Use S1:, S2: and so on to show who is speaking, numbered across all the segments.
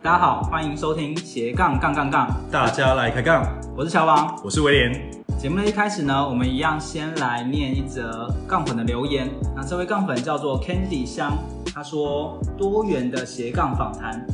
S1: 大家好，欢迎收听斜杠杠杠杠，
S2: 大家来开杠，
S1: 我是乔王。
S2: 我是威廉。
S1: 节目的一开始呢，我们一样先来念一则杠粉的留言。那这位杠粉叫做 Candy 香，他说多元的斜杠访谈。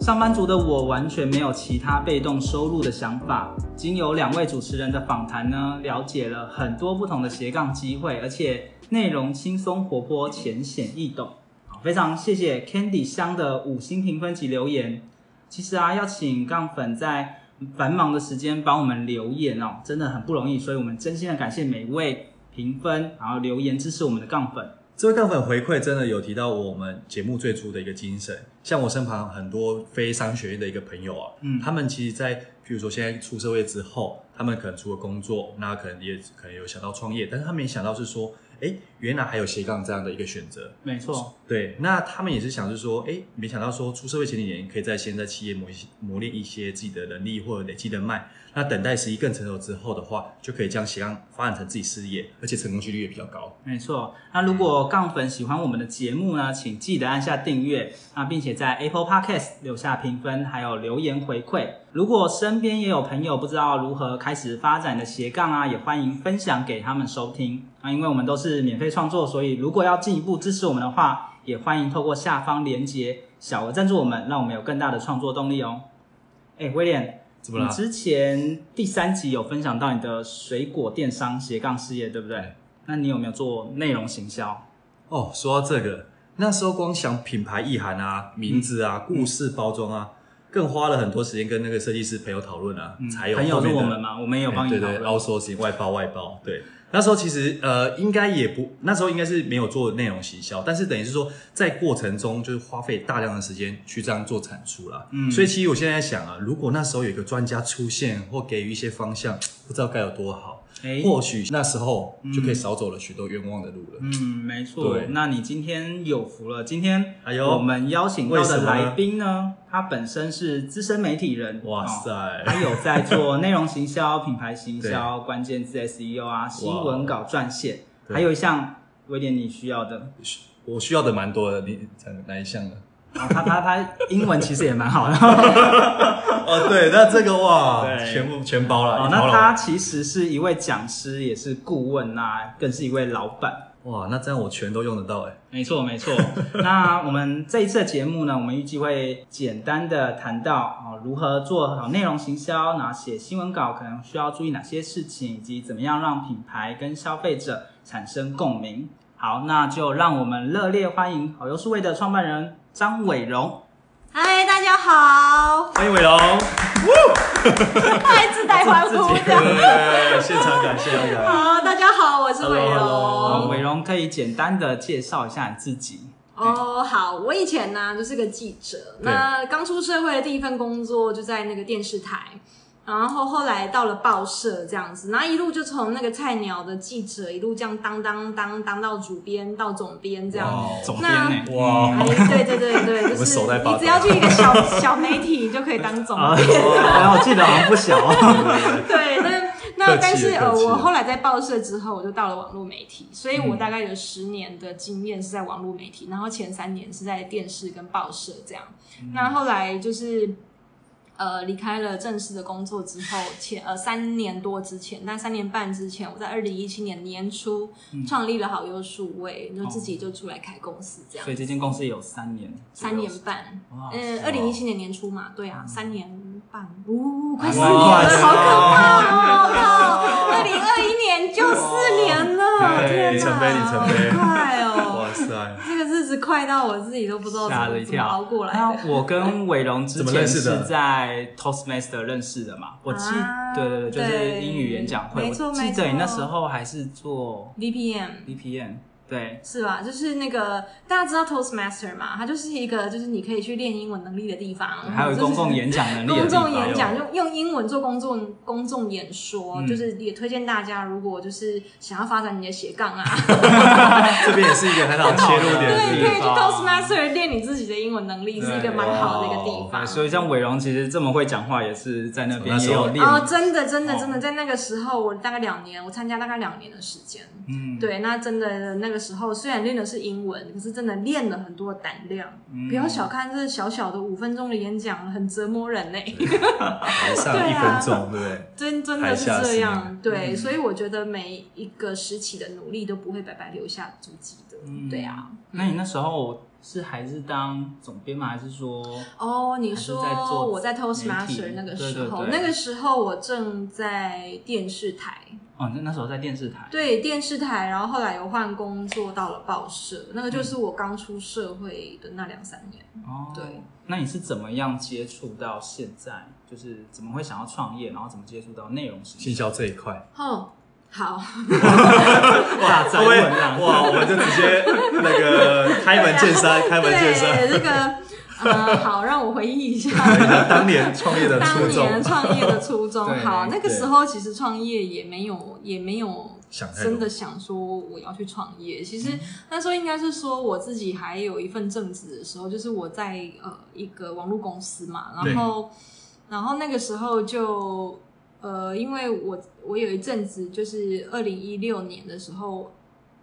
S1: 上班族的我完全没有其他被动收入的想法。经由两位主持人的访谈呢，了解了很多不同的斜杠机会，而且内容轻松活泼、浅显易懂。好非常谢谢 Candy 香的五星评分及留言。其实啊，要请杠粉在繁忙的时间帮我们留言哦，真的很不容易，所以我们真心的感谢每位评分，然后留言支持我们的杠粉。
S2: 这位杠粉回馈真的有提到我们节目最初的一个精神，像我身旁很多非商学院的一个朋友啊，
S1: 嗯
S2: 他们其实在，譬如说现在出社会之后，他们可能出了工作，那可能也可能有想到创业，但是他没想到是说，哎，原来还有斜杠这样的一个选择。
S1: 没错，
S2: 对，那他们也是想是说，哎，没想到说出社会前几年可以在先在企业磨一些磨练一些自己的能力或者累积人脉，那等待时机更成熟之后的话，就可以将斜杠发展成自己事业，而且成功几率也比较高。
S1: 没错。那如果杠粉喜欢我们的节目呢，请记得按下订阅，那并且在 Apple Podcast 留下评分，还有留言回馈。如果身边也有朋友不知道如何开始发展的斜杠啊，也欢迎分享给他们收听。那因为我们都是免费创作，所以如果要进一步支持我们的话，也欢迎透过下方连结小额赞助我们，让我们有更大的创作动力哦。哎，威廉，
S2: 怎么啦
S1: 你之前第三集有分享到你的水果电商斜杠事业，对不对
S2: 对？
S1: 那你有没有做内容行销？
S2: 哦，说到这个，那时候光想品牌意涵啊、名字啊、
S1: 嗯
S2: 故事包装啊，更花了很多时间跟那个设计师朋友讨论啊，才
S1: 嗯
S2: 有
S1: 朋友
S2: 后
S1: 是
S2: 面
S1: 我
S2: 的哎
S1: 们嘛，我们也有帮你
S2: 对
S1: 讨
S2: 对哦
S1: 论。
S2: outsourcing 外包外包，对。那时候其实呃，应该也不，那时候应该是没有做内容行销，但是等于是说在过程中就是花费大量的时间去这样做产出啦。
S1: 嗯
S2: 所以其实我现在在想啊，如果那时候有一个专家出现或给予一些方向，不知道该有多好，
S1: 哎，
S2: 或许那时候就可以少走了许多冤枉的路了。
S1: 嗯，没错
S2: 对。
S1: 那你今天有福了，今天
S2: 哎呦
S1: 我们邀请到
S2: 为什
S1: 的
S2: 么呢
S1: 来宾呢，他本身是资深媒体人，
S2: 哇塞
S1: 哦他有在做内容行销、品牌行 销、关键字 SEO 啊、新闻稿撰写，
S2: 对
S1: 还有一项威廉你需要的，
S2: 我需要的蛮多的，你哪哪一项呢？
S1: 哦他他他英文其实也蛮好的。
S2: 哦，对，那这个哇，
S1: 对
S2: 全部全包了。
S1: 哦
S2: 一，
S1: 那
S2: 条龙
S1: 他其实是一位讲师，也是顾问啊，更是一位老板。
S2: 哇，那这样我全都用得到哎、
S1: 没错，没 错。那我们这一次的节目呢，我们预计会简单的谈到哦，如何做好内容行销，那写新闻稿可能需要注意哪些事情，以及怎么样让品牌跟消费者产生共鸣。好，那就让我们热烈欢迎好游数位的创办人张伟荣。
S3: 嗨，大家好，
S2: 欢迎伟龙，
S3: 太自带欢呼的。
S2: 对，现场感谢大家。
S3: 好，大家好，我是伟
S2: Hello，hello
S1: 哦，
S3: 荣。
S1: 伟荣可以简单的介绍一下你自己。
S3: 哦，好，我以前呢就是个记者，那刚出社会的第一份工作就在那个电视台，然后后来到了报社这样子，然后一路就从那个菜鸟的记者一路这样当当当当到主编到总编这样
S2: 哇
S1: 总编
S3: 那
S1: 呢？
S2: 哇
S3: 哎，对对对对，就
S2: 哦我
S3: 是
S2: 手在发抖
S3: 你只要去一个小小媒体，你就可以当总
S1: 啊，
S3: 编。
S1: 然后我记得好像不小。
S3: 对，那
S2: 客气
S3: 那
S2: 了
S3: 但是呃，
S2: 客气了嗯
S3: 我后来在报社之后，我就到了网络媒体，所以我大概有十年的经验是在网络媒体，然后前三年是在电视跟报社这样。
S2: 嗯
S3: 那后来就是呃离开了正式的工作之后，前呃三年多之前，那三年半之前，我在二零一七年年初
S2: 嗯
S3: 创立了好优数位，就自己就出来开公司这样
S2: 哦
S1: 所，以这间公司有三年，
S3: 三年半。
S1: 哇
S3: 嗯，二零一七年年初嘛，对
S2: 嗯
S3: 啊，三年半，呜、快
S2: 啊
S1: 哇
S3: 四年了，好可怕哦！
S2: 哇
S3: 二零二一年就四年 了，
S2: 对
S3: 天
S2: 里程碑里程
S3: 哪，
S2: 碑
S3: 好快哦！
S2: 哇塞，
S3: 这个日子快到我自己都不知道怎
S1: 吓了
S3: 么
S1: 一
S3: 怎么熬
S1: 跳
S3: 过。来的。
S1: 那我跟伟荣之
S2: 怎么
S1: 前
S2: 认识
S1: 是
S2: 的
S1: 在 Toastmaster 认识的嘛？我记
S3: 啊，
S1: 对对对，就是英语演讲会。
S3: 没错
S1: 我记得
S3: 没错
S1: 你那时候还是做
S3: VPN
S1: VPN，对，
S3: 是吧？就是那个大家知道 Toastmaster 嘛，它就是一个就是你可以去练英文能力的地方，
S1: 还有
S3: 嗯就是
S1: 公共演讲能力的
S3: 公
S1: 地方
S3: 众演讲，用用英文做公众公众演说，
S1: 嗯
S3: 就是也推荐大家，如果就是想要发展你的斜 杠啊，
S2: 这边也是一个很好的切入
S1: 对
S2: 点的
S3: 对，可
S2: 地
S3: 以去
S1: 啊
S2: 方。
S3: Toastmaster 练你自己的英文能力，是一个蛮好的一个地
S1: 对
S3: 方。
S1: 所以像伟荣其实这么会讲话，也是在那边
S2: 那
S1: 也
S2: 时候
S1: 有练。
S3: 哦，真的，真的，
S1: 哦
S3: 真的，在那个时候，我大概两年，我参加大概两年的时间。
S1: 嗯，
S3: 对，那真的那个时候，虽然练的是英文，可是真的练了很多的胆量。
S1: 嗯
S3: 不要小看这小小的五分钟的演讲，很折磨人呢、
S2: 台上一分钟，对不对？
S3: 真真的是这样，对，
S1: 嗯
S3: 所以我觉得每一个时期的努力都不会白白留下足迹的，
S1: 嗯
S3: 对啊。
S1: 那你那时候是还是当总编吗？还是说
S3: 哦，你
S1: 还是
S3: 说
S1: 在做
S3: 我在
S1: 媒
S3: Toastmaster
S1: 体
S3: 那个
S1: 对
S3: 时
S1: 对
S3: 候，
S1: 对
S3: 那个时候我正在电视台，
S1: 哦，那那时候在电视台？
S3: 对电视台，然后后来有换工作到了报社，那个就是我刚出社会的那两三年。
S1: 哦，
S3: 对。
S1: 那你是怎么样接触到现在？就是怎么会想要创业，然后怎么接触到内容
S2: 行
S1: 形象？
S2: 销这一块，
S3: 哦，好，
S1: 大灾问啊！
S2: 哇，我们就直接那个开门见山，开门见山，
S3: 对这个，呃，好，让我回忆一下。
S2: 当年创业的初
S3: 当
S2: 衷，
S3: 年创业的初衷
S1: 对，
S3: 好，那个
S2: 对
S3: 时候其实创业也没有，也没有
S2: 想太多嗯
S3: 真的想说我要去创业。其实那时候应该是说我自己还有一份正职的时候，就是我在呃一个网络公司嘛，
S2: 对
S3: 然后然后那个时候就呃，因为我我有一阵子就是二零一六年的时候，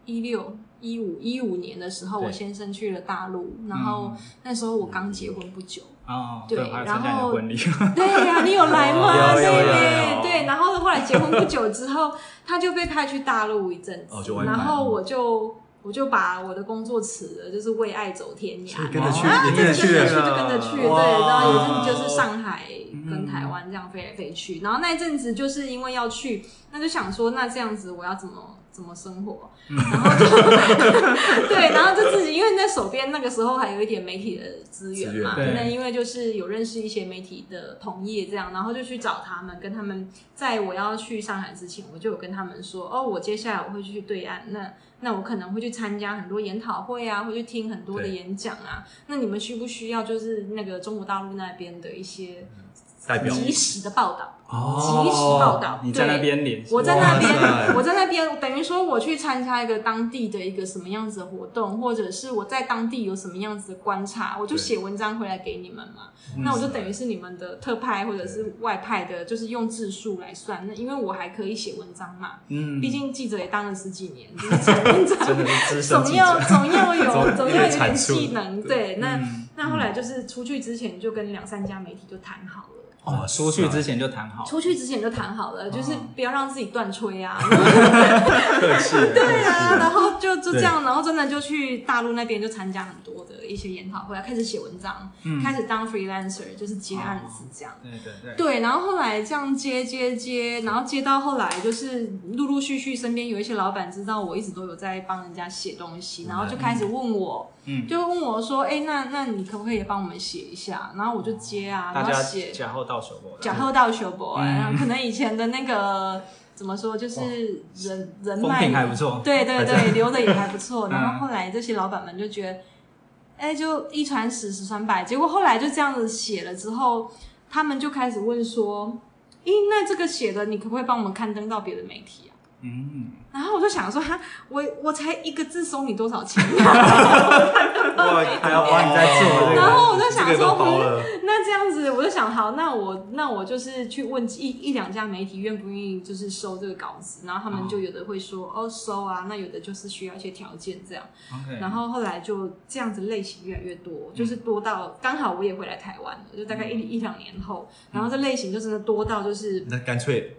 S3: 一六一五一五年的时候，
S1: 对
S3: 我先生去了大陆，然后
S1: 嗯
S3: 那时候我刚结婚不久。
S1: 哦，
S3: 对
S1: 我还有参加你
S3: 然
S1: 的
S3: 后
S1: 婚礼。
S3: 对呀、你有来吗？
S2: 哦有
S3: 对
S2: 有有
S3: 对
S2: 有
S3: 对，然后后来结婚不久之后，他就被派去大陆一阵子，
S2: 哦就外派
S3: 然后我就我就把我的工作辞了，就是为爱走天涯，
S2: 所以跟着去
S3: 啊
S2: 也
S3: 对
S2: 跟着去
S3: 就
S1: 了
S3: 跟着去，对，
S2: 哇嗯
S3: 然后有一阵子就是上海跟台湾这样飞来飞去，然后那一阵子就是因为要去，那就想说，那这样子我要怎么？怎么生活？
S2: 嗯
S3: 然后就对，然后就自己，因为在手边那个时候还有一点媒体的资源
S2: 资源
S3: 嘛，
S1: 对
S3: 那因为就是有认识一些媒体的同业这样，然后就去找他们，跟他们在我要去上海之前，我就有跟他们说，哦，我接下来我会去对岸，那那我可能会去参加很多研讨会啊，会去听很多的
S2: 对
S3: 演讲啊，那你们需不需要就是那个中国大陆那边的一些
S2: 代表
S3: 及时的报道？
S1: 哦
S3: 及时报道
S1: 你在
S3: 对
S1: 那边联系
S3: 我在那
S2: 哇塞
S3: 边，我在那边，等于说我去参加一个当地的一个什么样子的活动，或者是我在当地有什么样子的观察，我
S2: 对
S3: 就
S2: 嗯
S3: 写文章回来给你们嘛。那我就等于是你们的特派或者是外派的，就是用字数来算。那因为我还可以写文章嘛，
S1: 嗯，
S3: 毕竟记者也当了十几年，就是写文章
S2: 真的是资深
S3: 总
S2: 记
S3: 要
S2: 者，
S3: 总 要有
S2: 总
S3: 总要有
S2: 有产
S3: 点
S2: 出
S3: 技能。对，那
S1: 嗯
S3: 那后来就是出去之前就跟两三家媒体就谈好了。
S1: 哦，出去之前就谈好，
S3: 出去之前就谈好了，就是不要让自己断吹 啊。
S2: 客哦 气，
S3: 对啊，然后就就这
S2: 对
S3: 样，然后真的就去大陆那边就参加很多的一些研讨会啊，开始写文章，
S2: 嗯
S3: 开始当 freelancer，就是接案子这样。
S1: 对对对，
S3: 对，然后后来这样接接接，然后接到后来就是陆陆续续身边有一些老板知道我一直都有在帮人家写东西，然后就开始问我，
S1: 嗯
S3: 就问我说，哎，那那你可不可以帮我们写一下？然后我就接啊，
S1: 大
S3: 然后
S1: 家嗯
S3: 写
S1: 假后到手过
S3: 假后到修博，然后可能以前的那个怎么说，就是人人
S1: 风
S3: 脉
S1: 评还不 错，
S3: 对对对，留的也还不错。
S1: 嗯
S3: 然后后来这些老板们就觉得，哎、就一传十，十传百。结果后来就这样子写了之后，他们就开始问说：“咦，那这个写的你可不可以帮我们刊登到别的媒体啊
S1: 嗯，？”
S3: 然后我就想说，哈，我我才一个字收你多少钱？
S2: 哇，还要帮你在做这个，
S3: 然后我就想
S2: 这个
S3: 说
S2: 都包了，
S3: 那这样子，我就想，好，那我那我就是去问一一两家媒体愿不愿意就是收这个稿子，然后他们就有的会说哦收啊，那有的就是需要一些条件这样。
S1: OK，
S3: 然后后来就这样子类型越来越
S1: 嗯
S3: 多，就是多到刚好我也回来台湾了，就大概一、一两年后，
S1: 嗯
S3: 然后这类型就真的多到就是。
S2: 那干脆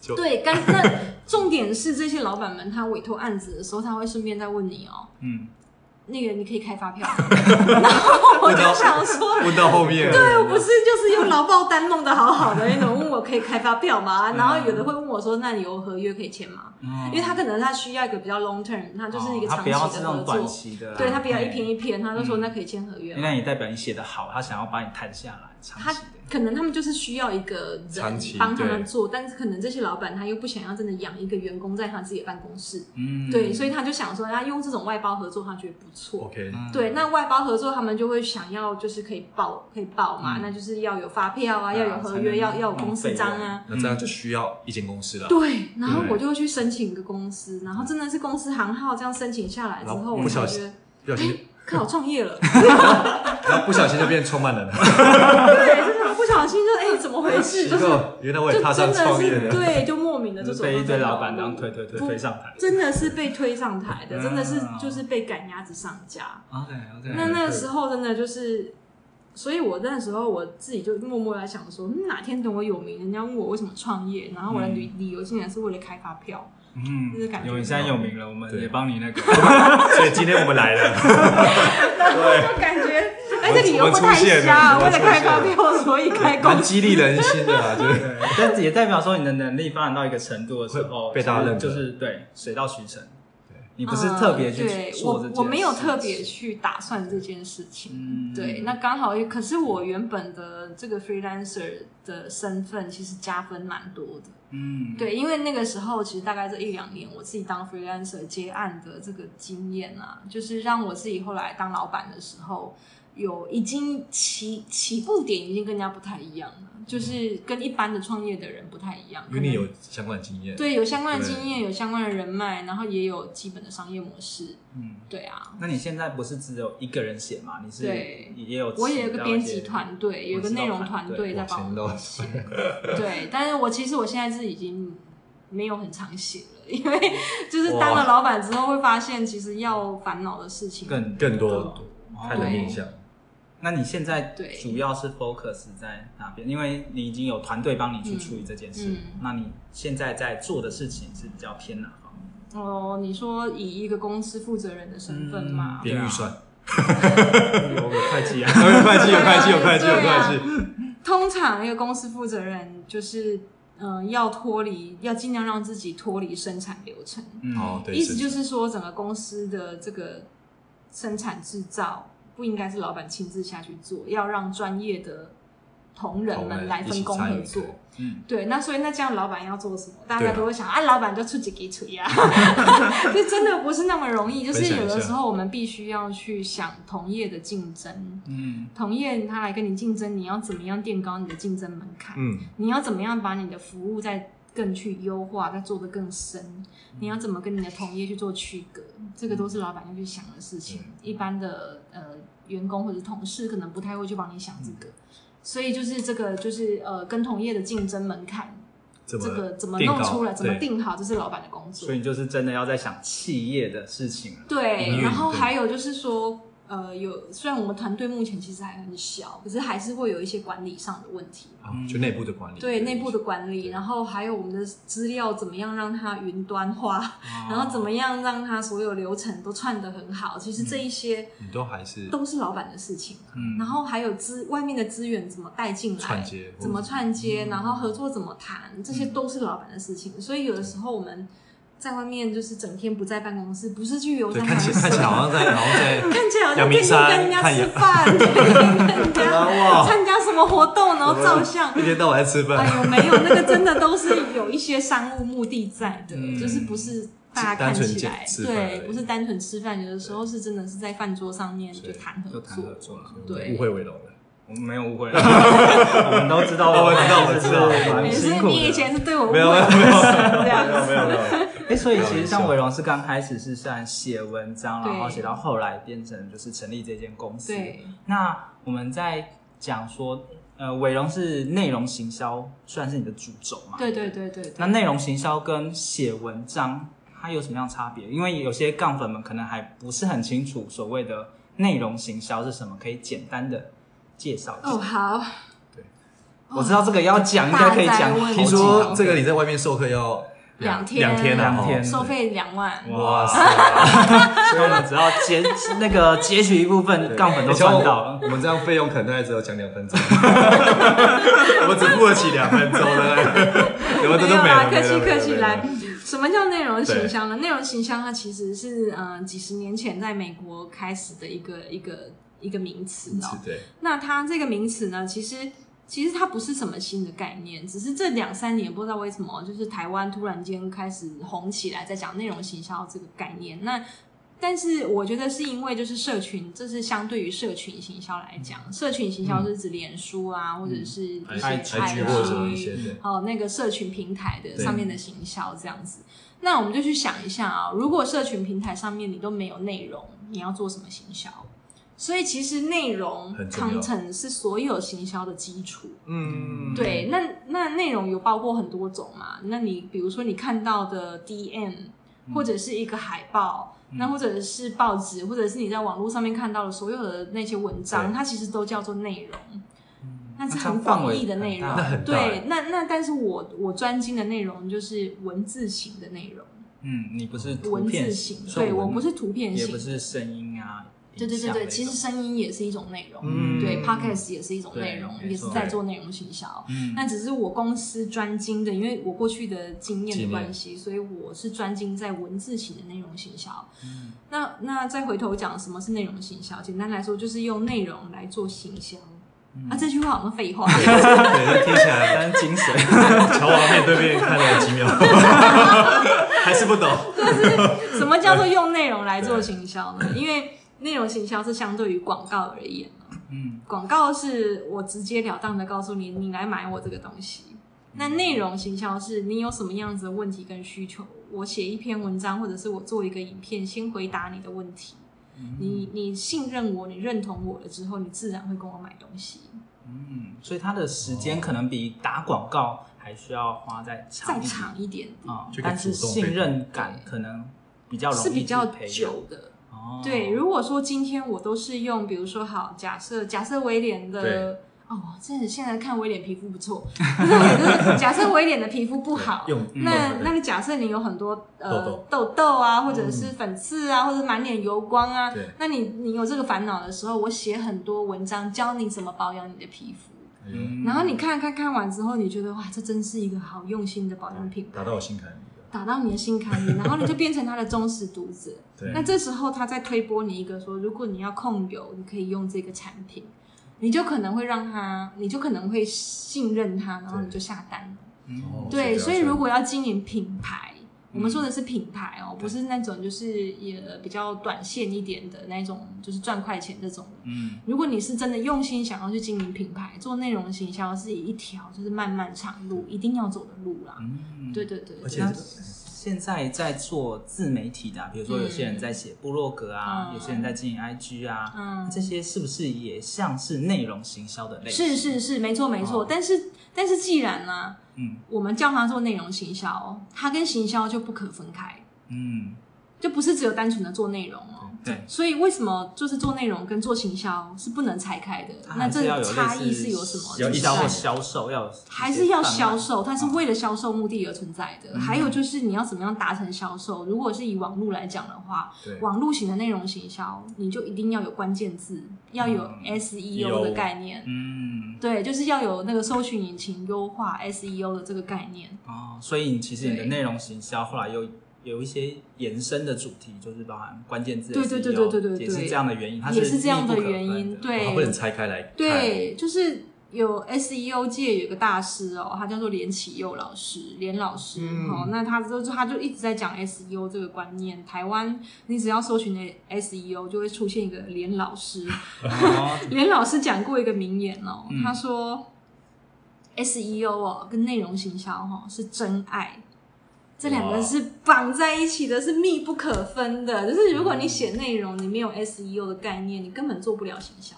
S2: 就
S3: 对，刚那重点是这些老板们，他委托案子的时候，他会顺便再问你 哦，
S1: 嗯，
S3: 那个你可以开发 票吗，然后我就想说，
S2: 问到后面，
S3: 对，我不是就是用劳报单弄得好好的，那种问我可以开发 票吗？
S1: 嗯
S3: 然后有的会问我说，那你有合约可以签吗？
S1: 因
S3: 因为他可能他需要一个比较 long term，他就是一个
S1: 嗯哦他不
S3: 长期的
S1: 要这
S3: 合
S1: 种
S3: 作
S1: 短，期的啦，
S3: 对他不要一篇
S1: 嘿
S3: 一篇，他就说那可以签合约
S1: 那
S3: 嘛。
S1: 也代表你写的好，他想要把你谈下来，长
S3: 他
S1: 期的。
S3: 可能他们就是需要一个人
S2: 长期
S3: 帮他们
S2: 对
S3: 做，但是可能这些老板他又不想要真的养一个员工在他自己的办公室，
S1: 嗯，
S3: 对，所以他就想说，他用这种外包合作，他觉得不错。
S2: OK，
S1: 嗯
S3: 对，那外包合作，他们就会想要就是可以报，可以报嘛，
S1: 嗯
S3: 那就是要有发票啊，
S1: 啊
S3: 要有合约，
S1: 才能
S3: 要要有
S1: 弄
S3: 公司
S1: 费用
S3: 章啊，
S2: 那这样就需要一间公司了。
S3: 对，然后
S2: 对
S3: 我就去申请一个公司，然后真的是公司行号这样申请下来之
S2: 然
S3: 后，
S2: 后
S3: 我
S2: 不
S3: 才
S2: 小
S3: 觉
S2: 心
S3: 得，
S2: 不小心，
S3: 靠，我创业了，
S2: 然后不小心就变创办人了。
S3: 对，真的不小心就哎、怎么回事？就是
S2: 原来我也
S3: 就
S2: 踏上
S3: 真
S2: 创
S3: 的
S2: 业
S3: 是
S2: 了。
S3: 对，就莫名的就
S1: 就是
S3: 走
S1: 被一堆
S3: 上
S1: 老
S3: 这
S1: 板
S3: 条
S1: 这样
S3: 路
S1: 推推推
S3: 不
S1: 推上台。
S3: 真的是被推上台的，
S1: 嗯
S3: 真的是就是被赶鸭子上架。
S1: OK OK，
S3: 那那个时候真的就是，所以我那时候我自己就默默在想说，嗯哪天等我有名，人家问我为什么创业，然后我的理理由竟然是为了开发票。
S1: 嗯
S3: 就是感觉
S1: 有你现在有名了，我们
S2: 对
S1: 也帮你那 个，
S2: 所以今天我们来了，
S3: 然后就感觉，哎，这理由不太瞎，
S2: 我
S3: 为
S2: 们
S3: 了
S2: 出现了
S3: 开发票，所以开公
S2: 蛮
S3: 司。
S2: 激励人心的啊，就是
S1: 对，但也代表说你的能力发展到一个程度的时候，
S2: 会被大家认可
S1: 就是对水到渠成。你不是特别去
S3: 嗯对
S1: 做这
S3: 我
S1: 件，
S3: 我没有特别，去打算这件事情。
S1: 嗯
S3: 对，那刚好，可是我原本的这个 freelancer 的身份其实加分蛮多的。
S1: 嗯，
S3: 对，因为那个时候其实大概这一两年，我自己当 freelancer 接案的这个经验啊，就是让我自己后来当老板的时候，有已经起起步点已经跟人家不太一样了，就是跟一般的创业的人不太一样。
S2: 因为你
S3: 可能
S2: 有相关经验，
S3: 对有相关的
S2: 对
S3: 经验，有相关的人脉，然后也有基本的商业模式。
S1: 嗯，
S3: 对啊，
S1: 那你现在不是只有一个人写吗？你是
S3: 对
S1: 也有，
S3: 我也有一个编辑，团队，有一个内容团队在
S2: 往
S3: 帮
S2: 前
S3: 我
S2: 都
S3: 们写。对，但是我其实我现在是已经没有很常写了，因 为就是当了老板之后，会发现其实要烦恼的事情
S1: 更
S2: 更多看的
S3: 对
S2: 面相。
S1: 哦那你现在
S3: 对
S1: 主要是 focus 在哪边？因为你已经有团队帮你去处理这件事，
S3: 嗯嗯
S1: 那你现在在做的事情是比较偏哪方面？
S3: 哦。你说以一个公司负责人的身份嘛，
S2: 编预算，
S1: 有有会计啊，
S2: 有会计，有会计，有会计，有
S3: 对啊
S2: 会计。
S3: 通常一个公司负责人就是嗯、呃要脱离，要尽量让自己脱离生产流程。
S1: 嗯
S2: 哦，对，
S3: 啊意思就是是说，整个公司的这个生产制造不应该是老板亲自下去做，要让专业的同仁
S2: 同
S3: 们
S2: 仁
S3: 来
S2: 一起
S3: 分工
S2: 参
S3: 合
S2: 与
S3: 作
S2: 对。
S1: 嗯，
S3: 对，那所以那这样老板要做什么？大
S2: 对
S3: 家
S2: 啊
S3: 都会想啊，老板就出几给锤 呀， 这真的不是那么容易。就是
S2: 分享一
S3: 有的
S2: 下
S3: 时候我们必须要去想同业的竞争，
S1: 嗯
S3: 同业他来跟你竞争，你要怎么样垫高你的竞争门槛？
S2: 嗯，
S3: 你要怎么样把你的服务再更去优化，再做得更深？
S2: 嗯
S3: 你要怎么跟你的同业去做区隔？这个都是老板要去想的事情
S2: 嗯。
S3: 一般的呃员工或者同事可能不太会去帮你想这个，
S2: 嗯
S3: 所以就是这个就是呃跟同业的竞争门槛，
S2: 怎么
S3: 这个怎么
S2: 定
S3: 弄
S2: 稿
S3: 出来，怎么
S2: 对
S3: 定好，这是老板的工作
S1: 所。以你就是真的要在想企业的事情啊了。
S2: 营
S3: 对，
S2: 运
S3: 然后
S2: 对
S3: 还有就是说。呃，有虽然我们团队目前其实还很小，可是还是会有一些管理上的问题。
S2: 哦就内部的管理，
S3: 对内部的管理，
S2: 对
S3: 然后还有我们的资料怎么样让它云端
S2: 哦
S3: 化， 然后怎么样让它所有流程都串得很好。其实
S2: 嗯
S3: 这一些
S2: 你都还是
S3: 都是老板的事情。啊
S1: 嗯
S3: 然后还有资外面的资源怎么带进
S2: 串
S3: 来，
S2: 接，嗯
S3: 怎么串接，然后合作怎么谈，这些都是老板的事情。所以有的时候我们在外面就是整天不在办公室，不是去游
S2: 对，
S3: 山
S2: 看
S3: 玩
S2: 起
S3: 水，
S2: 看起来好像在，好像在
S3: 看起来好像
S2: 阳
S3: 天
S2: 明
S3: 天
S2: 山
S3: 跟人家
S2: 看
S3: 吃
S2: 阳
S3: 饭， 跟人家
S2: 哇
S3: 参加什么活动，然后
S2: 。
S3: 照相
S2: 一天到晚在吃
S3: 哎
S2: 饭，
S3: 呦，没有，那个真的都是有一些商务目的在的，
S1: 嗯
S3: 就是不是大家看起来
S2: 只单纯吃饭而
S3: 对，
S2: 已
S3: 不是单纯吃饭，有的时候是真的是在饭桌上面
S2: 是
S3: 就谈合
S1: 就谈合作
S3: 作。
S1: 了，
S3: 对
S2: 误会为荣了。
S1: 我们没有误会，啊 我们都知道，
S2: 哦我知道我知道
S1: 蛮
S3: 也是
S1: 辛苦的。
S3: 你以前是对我误
S2: 没
S3: 会
S2: 有没有
S3: 这样
S2: 没有没有，
S1: 哎、所以其实像伟荣是刚开始是算写文章，
S3: 对
S1: 然后写到后来变成就是成立这间公司。
S3: 对，
S1: 那我们在讲说，呃，伟荣是内容行销，算是你的主轴嘛？
S3: 对对对对对。
S1: 那内容行销跟写文章它有什么样的差别？因为有些杠粉们可能还不是很清楚所谓的内容行销是什么，可以简单的介绍一下。
S3: 哦，好，
S1: 我知道这个要讲，应该可以讲
S3: 大灾问。
S2: 听说这个你在外面授课要
S3: 两天
S2: 两天啊，
S1: 两天
S2: 哦
S3: 收费两万，
S2: 哇塞！
S1: 所以我们只要截那个截取一部分，杠粉都赚到了。
S2: 我们这样费用可能大概只有讲两分钟， 我们只付得起两分钟 的，我们这
S3: 没
S2: 都
S3: 有
S2: 没
S3: 啦，
S2: 了。
S3: 客气
S2: 没了
S3: 客气。
S2: 没了
S3: 来
S2: 没了，
S3: 什么叫内容行销呢？内容行销它其实是呃几十年前在美国开始的一个一个一个名词哦。
S2: 对，
S3: 那它这个名词呢，其实其实它不是什么新的概念，只是这两三年不知道为什么，就是台湾突然间开始红起来，在讲内容行销这个概念。那但是我觉得是因为就是社群，这是相对于社群行销来讲，社群行销就是指脸书啊，或者是一
S2: 嗯
S3: 些
S2: IG 或者什么一些，对，
S3: 哦，那个社群平台的
S2: 对
S3: 上面的行销这样子。那我们就去想一下啊，如果社群平台上面你都没有内容，你要做什么行销？所以其实内容
S2: 很重要
S3: content 是所有行销的基础。
S2: 嗯，
S3: 对，那那内容有包括很多种嘛？那你比如说你看到的 DM，或
S1: 嗯
S3: 者是一个海报，那或者是报纸，或者是你在网络上面看到的所有的那些文章，
S2: 对
S3: 它其实都叫做内容。
S1: 嗯
S3: 那是
S1: 那这样
S3: 很
S1: 范
S3: 广
S1: 围
S3: 义的
S1: 很
S3: 内容
S1: 大，欸
S2: 那很大
S3: 对，那那但是我我专精的内容就是文字型的内容，
S1: 嗯，你不是图
S3: 文
S1: 片
S3: 字
S1: 型
S3: 型，
S1: 的，
S3: 对
S1: 文
S3: 我不是图片
S1: 也
S3: 型
S1: 不
S3: 的，
S1: 是声音啊，
S3: 对对
S1: 影
S3: 对
S1: 像
S3: 对，
S1: 那
S3: 其实
S1: 种
S3: 声音也是一种内容，
S2: 嗯
S3: 对，podcast 也是一种内容，
S1: 对
S3: 也
S1: 没
S3: 是
S1: 错
S3: 在做内容行销。
S1: 嗯
S3: 那只是我公司专精的，因为我过去的经验
S2: 经
S3: 的
S2: 验
S3: 关系，所以我是专精在文字型的内容行销。那那再回头讲什么是内容行销，简单来说就是用内容来做行销。啊，这句话好像废话，
S2: 对，听起来
S1: 但是精神
S2: 乔王面对面看了几秒， 还是不懂。
S3: 什么叫做用内容来做行销呢？因为内容行销是相对于广告而言嘛，
S1: 嗯，
S3: 广告是我直截了当的告诉你，你来买我这个东西。那内容行销是你有什么样子的问题跟需求，我写一篇文章或者是我做一个影片，先回答你的问题。
S1: 嗯
S3: 你你信任我，你认同我了之后，你自然会跟我买东西。
S1: 嗯，所以它的时间可能比打广告还需要花在长一
S3: 再
S1: 点
S3: 长一点
S1: 啊
S2: 就，可以
S1: 但是
S2: 主动
S1: 信
S2: 被
S1: 任感可能比较容易
S3: 是比较
S1: 去培养
S3: 久的，
S1: 哦，
S3: 对，如果说今天我都是用，比如说好，假设假设威廉的
S2: 对
S3: 哦，真的现在看威廉皮肤不错， 就是假设威廉的皮肤不好。
S2: 用
S3: 那
S2: 用
S3: 那个假设你有很多呃
S2: 痘痘
S3: 痘痘啊，或者是粉刺啊，或者满脸油光啊
S2: 对，
S3: 那你你有这个烦恼的时候，我写很多文章教你怎么保养你的皮肤，
S2: 嗯
S3: 然后你看看看完之后，你觉得哇，这真是一个好用心的保养品牌
S2: 嗯打，到我心坎里了。
S3: 打到你的心 坎里，然后你就变成他的忠实读者。
S2: 对，
S3: 那这时候他再推播你一个说，如果你要控油，你可以用这个产品，你就可能会让他，你就可能会信任他，然后你就下单。
S2: 哦是这
S3: 对，
S2: 样
S3: 所以
S2: 是
S3: 如果要经营品牌，我
S1: 嗯
S3: 们说的是品牌哦，不是那种就是也比较短线一点的那种，就是赚快钱这种。
S1: 嗯
S3: 如果你是真的用心想要去经营品牌，做内容行销是一条就是漫漫长路，一定要走的路啦。
S1: 嗯，
S3: 对对对，
S2: 而且
S3: 对
S1: 那现在在做自媒体的啊、比如说有些人在写部落格啊，
S3: 嗯
S1: 有些人在经营 IG 啊，
S3: 嗯
S1: 这些是不是也像是内容行销的类型？
S3: 是是是，没错没错。
S1: 哦
S3: 但是但是既然呢、
S1: 嗯
S3: 我们叫它做内容行销，哦它跟行销就不可分开，
S1: 嗯，
S3: 就不是只有单纯的做内容哦。
S1: 对，
S3: 所以为什么就是做内容跟做行销是不能拆开的？
S1: 它啊
S3: 那
S1: 还是要
S3: 这
S1: 有
S3: 差
S1: 类
S3: 异
S1: 似
S3: 是有什么？
S2: 要
S1: 行
S2: 一
S1: 销
S2: 起
S1: 或
S2: 来
S1: 销售要有一些
S3: 还是要
S1: 贩卖
S3: 销售，它
S1: 啊
S3: 是为了销售目的而存在
S1: 嗯
S3: 的。还有就是你要怎么样达成销售？如果是以网络来讲的话，
S2: 对
S3: 网络型的内容行销，你就一定要有关键字，要有
S1: 嗯
S3: SEO 的概念。
S1: 嗯
S3: 对，就是要有那个搜寻引擎优化 SEO 的这个概念。
S1: 哦，所以你其实你的
S3: 对
S1: 内容行销后来又有一些延伸的主题，就是包含关键字，E
S3: 对对对对对对对
S1: 也是这样的原因，它
S3: 也是这样
S1: 密不可
S3: 的原
S1: 分
S3: 因
S1: 的
S3: 对
S2: 哦不能拆开来看。
S3: 对，就是有 SEO 界有个大师哦，他叫做连启佑老师，连老师。
S2: 嗯
S3: 哦，那他就是他就一直在讲 SEO 这个观念。台湾你只要搜寻的 SEO，就会出现一个连老师。
S1: 哦
S3: 连老师讲过一个名言哦，
S1: 嗯
S3: 他说 SEO 哦跟内容行销哦是真爱。这两个
S2: 哇
S3: 是绑在一起的，是密不可分的。就是如果你写内容，你没有 SEO 的概念，你根本做不了行销。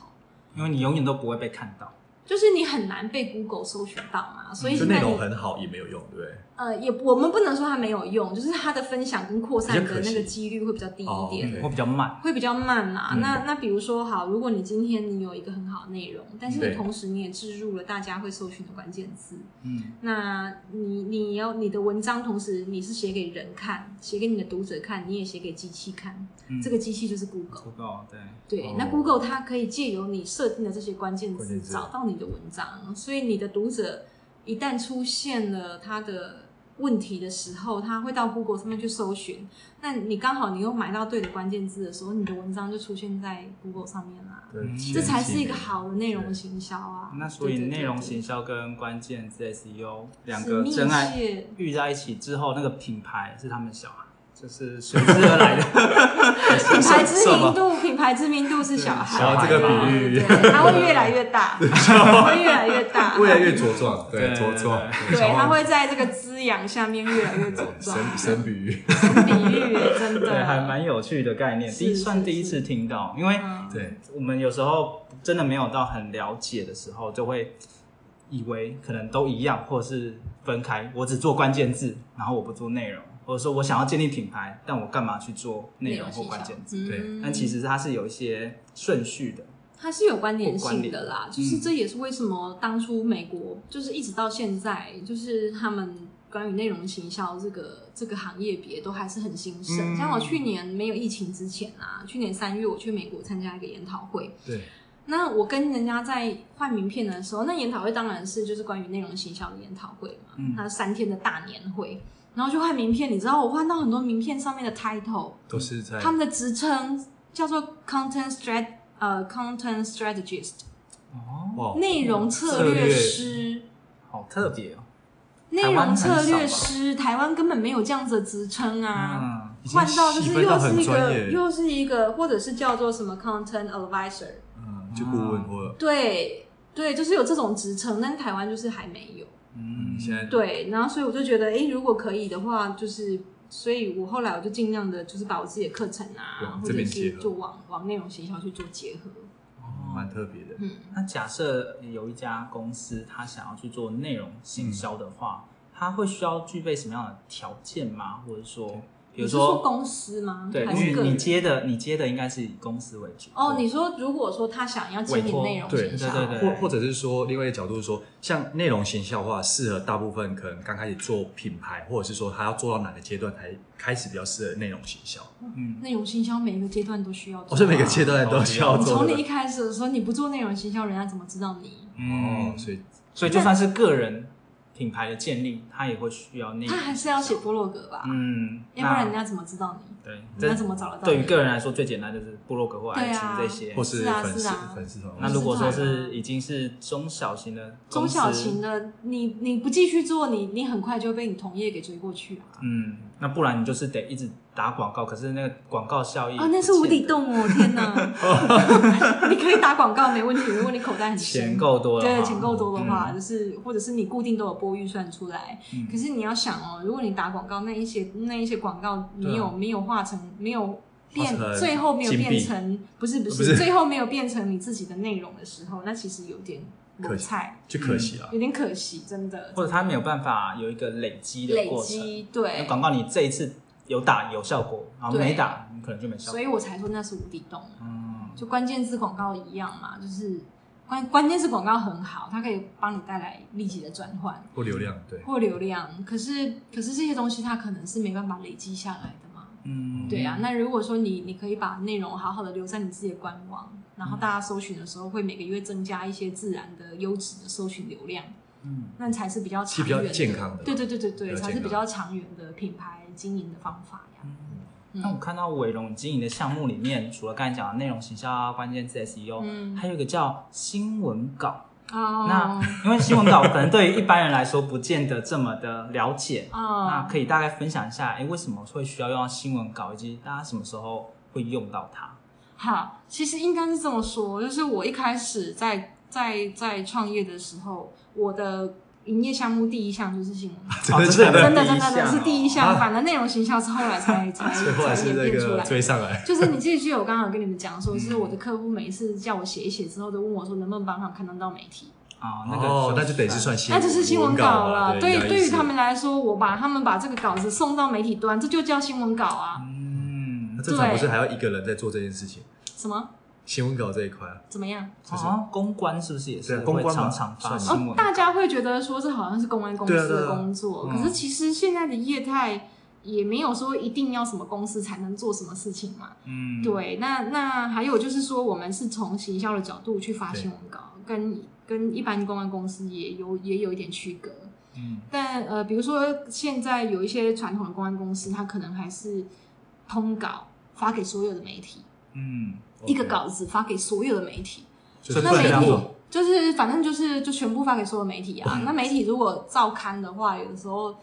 S1: 因为你永远都不会被看到。
S3: 就是你很难被 Google 搜寻到嘛，所
S2: 嗯
S3: 以
S2: 就
S3: 现
S2: 内
S3: 在
S2: 容
S3: 你
S2: 很好也没有用，对不对？
S3: 呃也我们不能说它没有用，就是它的分享跟扩散
S2: 比较
S3: 的
S2: 可惜
S3: 那个几率会比较低一
S2: 哦
S3: 点，
S2: 对
S1: 嗯会比较慢，
S3: 会比较慢啦。
S2: 嗯
S3: 那那比如说好，如果你今天你有一个很好的内容，但是你
S2: 对
S3: 同时你也置入了大家会搜寻的关键字，
S1: 嗯
S3: 那你你要你的文章同时你是写给人看，写给你的读者看，你也写给机器看，
S1: 嗯，
S3: 这个机器就是 Google。
S1: 不够对，
S3: 对，
S2: 哦
S3: 那 Google 它可以借由你设定的这些关键
S2: 关
S3: 字
S2: 键字
S3: 找到你的文章，所以你的读者一旦出现了他的问题的时候，他会到 Google 上面去搜寻。那你刚好你又买到对的关键字的时候，你的文章就出现在 Google 上面啦。
S2: 对
S1: 嗯
S2: 前
S3: 这才
S2: 期
S3: 是一个好的内容行销啊。
S1: 那所以
S3: 对对对
S1: 内容
S3: 对
S1: 行销跟关键字 SEO 两
S3: 是
S1: 个
S3: 密
S1: 真爱
S3: 切
S1: 遇在一起之后，那个品牌是他们小孩，就是随之而来 的。
S3: 品牌知名度，品牌知名度是小孩，
S1: 小孩这个
S2: 比喻
S3: 对，它会越来越大，会越来越大，
S2: 越来越茁壮，对
S1: 对
S2: 茁壮，
S3: 对，它会在这个滋养下面越来越茁壮。
S2: 神 神比喻，
S3: 比喻真
S1: 对，
S3: 的
S1: 还蛮有趣的概念，
S3: 是
S1: 第一
S3: 是
S1: 算第一次
S3: 是
S1: 听到，因为
S3: 嗯
S2: 对
S1: 我们有时候真的没有到很了解的时候，就会以为可能都一样，或者是分开。我只做关键字，然后我不做内容，或者说我想要建立品牌，但我干嘛去做内容或关键字？
S3: 字
S2: 对
S1: 但其实它是有一些顺序的。
S3: 它是有关联性的啦，就是这也是为什么当初美国就是一直到现在，就是他们关于内容行销这个这个行业别都还是很兴盛。
S2: 嗯
S3: 像我去年没有疫情之前啊，去年三月我去美国参加一个研讨会，
S2: 对，
S3: 那我跟人家在换名片的时候，那研讨会当然是就是关于内容行销的研讨会嘛，
S1: 嗯
S3: 那三天的大年会，然后就换名片，你知道我换到很多名片上面的 title，
S2: 都是在
S3: 他们的职称叫做 content strat 呃 content strategist
S1: 哦，
S2: 哇，
S3: 内容策略师。
S1: 好特别哦。
S3: 内容策略师，台湾根本没有这样子的职称啊！
S1: 嗯，
S2: 已经
S3: 换到就
S2: 细
S3: 是
S2: 分到
S3: 又是
S2: 很
S3: 一
S2: 专
S3: 个
S2: 业，
S3: 又是一个，或者是叫做什么 content advisor，
S2: 嗯，就顾问或
S3: 对对，就是有这种职称，但台湾就是还没有。
S1: 嗯
S2: 嗯，现在
S3: 对，然后所以我就觉得，诶，如果可以的话，就是，所以我后来我就尽量的，就是把我自己的课程啊
S2: 往，
S3: 或
S2: 这
S3: 者
S2: 边结
S3: 是
S2: 合
S3: 做往往内容行销去做结合。
S2: 蛮特别的，
S3: 嗯，
S1: 那假设有一家公司，它想要去做内容行销的话，它会需要具备什么样的条件吗？或者说，比
S3: 你
S1: 如
S3: 是说公司吗？
S1: 对，
S3: 还
S1: 因
S3: 是
S1: 为
S3: 个
S1: 你
S3: 人？
S1: 接的你接的应该是以公司为主。
S3: 哦，你说如果说他想要经
S1: 委
S3: 营
S1: 托
S3: 内容
S2: 对
S3: 行销，
S1: 对对对
S2: 或或者是说另外一个角度是说，像内容行销的话，适合大部分可能刚开始做品牌，或者是说他要做到哪个阶段才开始比较适合内容行销。
S3: 哦
S1: 嗯，
S3: 内容行销每一个阶段都需要做啊。
S2: 我说哦每个阶段都需要
S3: 你
S2: 做
S3: 从
S2: 的
S3: 你一开始的时候，你不做内容行销，人家怎么知道你？
S2: 哦
S1: 嗯，，
S2: 所以
S1: 所以就算是个人品牌的建立，它也会需要那
S3: 他还是要写部落格吧，
S1: 嗯，
S3: 要不然人
S1: 那
S3: 家怎么知道你？
S1: 对，
S3: 人家
S1: 这
S3: 怎么找得到你？
S1: 对于个人来说最简单就是部落格或
S3: 对啊
S1: IG 这些
S2: 或。是
S3: 是啊
S2: 粉
S3: 是
S2: 丝
S3: 啊
S2: 粉丝团，
S1: 那如果说
S3: 粉丝团啊
S1: 是已经是中小型的公
S3: 中
S1: 司
S3: 小型的，你你不继续做，你你很快就被你同业给追过去啊！
S1: 嗯，那不然你就是得一直打广告，可是那个广告效益
S3: 啊，那是无底，洞哦！天哪， 你可以打广告没问题，如果你口袋很深。
S1: 钱够多了哈，
S3: 对，钱够多的话，
S1: 嗯
S3: 就是或者是你固定都有拨预算出来。
S1: 嗯
S3: 可是你要想哦，如果你打广告那一些那一些广告没有、没有化成没有变
S2: 化，成
S3: 最后没有
S2: 金币
S3: 变成不是不是
S2: 不是
S3: 最后没有变成你自己的内容的时候，那其实有点
S2: 可
S3: 裸
S2: 惜
S3: 菜，
S2: 就可惜啊了。
S3: 有点可惜，真的。
S1: 或者他没有办法有一个累积的
S3: 累
S1: 过程。
S3: 积
S1: 那
S3: 对，
S1: 广告你这一次有打有效果，然后没打你可能就没效
S3: 所
S1: 果。
S3: 以我才说那是无底洞。
S1: 嗯，
S3: 就关键字广告一样嘛，就是关关键字广告很好，它可以帮你带来立即的转换
S2: 或流量，对，
S3: 或流量。可是可是这些东西它可能是没办法累积下来的嘛。
S1: 嗯
S3: 对啊，，那如果说你你可以把内容好好的留在你自己的官网，然
S2: 嗯
S3: 后大家搜寻的时候会每个月增加一些自然的优质的搜寻流量，
S1: 嗯，
S3: 那才是比较
S2: 是
S3: 长
S2: 比
S3: 远
S2: 较
S3: 的、
S2: 健康的
S3: 对对对对对，
S2: 比较
S3: 才
S2: 健
S3: 是
S2: 康嗯
S3: 比较长远的品牌经营的方法呀。
S1: 那我看到伟龙经营的项目里面，除了刚才讲的内容形象啊、关键字 SEO，、
S3: 嗯
S1: 还有一个叫新闻稿。
S3: 哦，
S1: 那因为新闻稿可能对于一般人来说不见得这么的了解，那
S3: 哦，
S1: 可以大概分享一下，哎，为什么会需要用到新闻稿，以及大家什么时候会用到它？
S3: 好，其实应该是这么说，就是我一开始在在在创业的时候，我的营业项目第一项就是新闻，
S2: 真
S1: 哦
S2: 的
S1: 真
S2: 假
S1: 的
S2: 的？
S3: 真的真的真的
S1: 哦
S3: 是第一项，反正内容行销是后来才才
S2: 所以后来
S3: 才
S2: 是
S3: 演
S2: 那
S3: 变出来
S2: 个
S3: 的。
S2: 追上来，
S3: 就是你记得我刚刚有跟你们讲说，就是我的客户每一次叫我写一写之后，都问我说能不能帮他们看得到媒体，
S1: 啊、那个
S2: 哦，那就等于是算新，啊
S3: 那就是新闻稿
S2: 嘛
S3: 了。对，对于
S2: 一
S3: 他，
S2: 样意
S3: 们来说，我把他们把这个稿子送到媒体端，这就叫新闻稿啊。
S1: 嗯
S2: 思那，正常不是还要一个人在做这件事情？
S3: 什么？
S2: 新闻稿这一块啊，
S3: 怎么样？
S1: 好像公关是不是也是
S2: 对公
S1: 会
S2: 关嘛
S1: 常常发
S2: 算
S1: 新
S3: 哦
S1: 闻，？
S3: 大家会觉得说这好像是公安公司
S2: 对啊对啊
S3: 的工作，
S1: 嗯
S3: 可是其实现在的业态也没有说一定要什么公司才能做什么事情嘛。
S1: 嗯，
S3: 对，那那还有就是说，我们是从行销的角度去发新闻稿，跟跟一般公安公司也有也有一点区隔。
S1: 嗯
S3: 但呃，比如说现在有一些传统的公关公司，它可能还是通稿发给所有的媒体，
S1: 嗯，
S3: 一个稿子发给所有的媒体。
S2: 就是
S3: 那
S2: 不能
S3: 媒
S2: 这样
S3: 体
S2: 做，
S3: 就是反正就是就全部发给所有媒体啊。 那媒体如果照刊的话，有的时候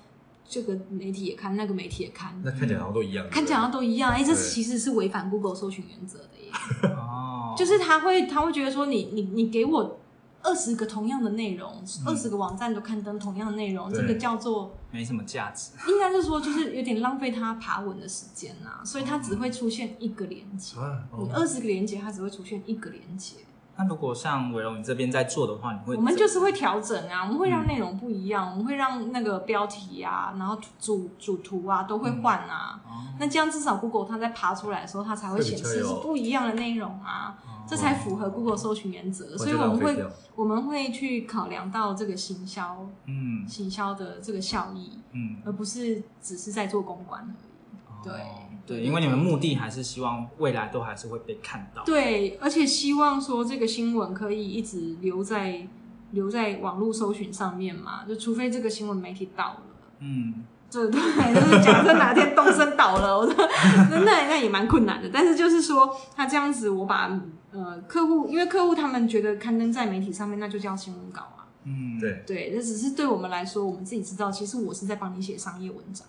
S3: 这个媒体也看，那个媒体也看，
S2: 那看起来好像都一样。
S3: 看起来好像都一样。哎、这
S2: 对
S3: 其实是违反 Google 搜寻原则的耶。
S1: 哦，
S3: 就是他会他会觉得说你你你给我二十个同样的内容，二十、个网站都刊登同样的内容，
S2: 嗯对
S3: 这个叫做
S1: 没什么价值。
S3: 应该是说就是有点浪费他爬文的时间呐、所以他只会出现一个连接。
S2: 嗯啊，
S3: 你
S2: 哦
S3: 二十个连接，它只会出现一个连接。
S1: 那如果像伟荣你这边在做的话，你会
S3: 我们就是会调整啊，我们
S2: 嗯
S3: 会让内容不一样，我们会让那个标题啊，然后主主图啊都会
S2: 嗯
S3: 换啊。
S1: 哦
S3: 那这样至少 Google 它在爬出来的时候，它才会
S2: 会比
S3: 显
S2: 较
S3: 示是
S2: 有
S3: 不一样的内容啊，这才符合 Google 搜寻原则。所以我们
S2: 哦我觉得浪费
S3: 会
S2: 掉
S3: 我们会去考量到这个行销
S1: 嗯
S3: 行销的这个效益，
S1: 嗯，
S3: 而不是只是在做公关而已。呃对
S1: 哦对，因为你们目的还是希望未来都还是会被看到。
S3: 对，而且希望说这个新闻可以一直留在留在网络搜寻上面嘛，就除非这个新闻媒体倒了。
S1: 嗯，
S3: 这对，就是假设哪天东升倒了，我说那 那那也蛮困难的。但是就是说，他这样子，我把呃客户，因为客户他们觉得刊登在媒体上面，那就叫新闻稿啊。
S1: 嗯，
S2: 对，
S3: 对，那只是对我们来说，我们自己知道，其实我是在帮你写商业文章，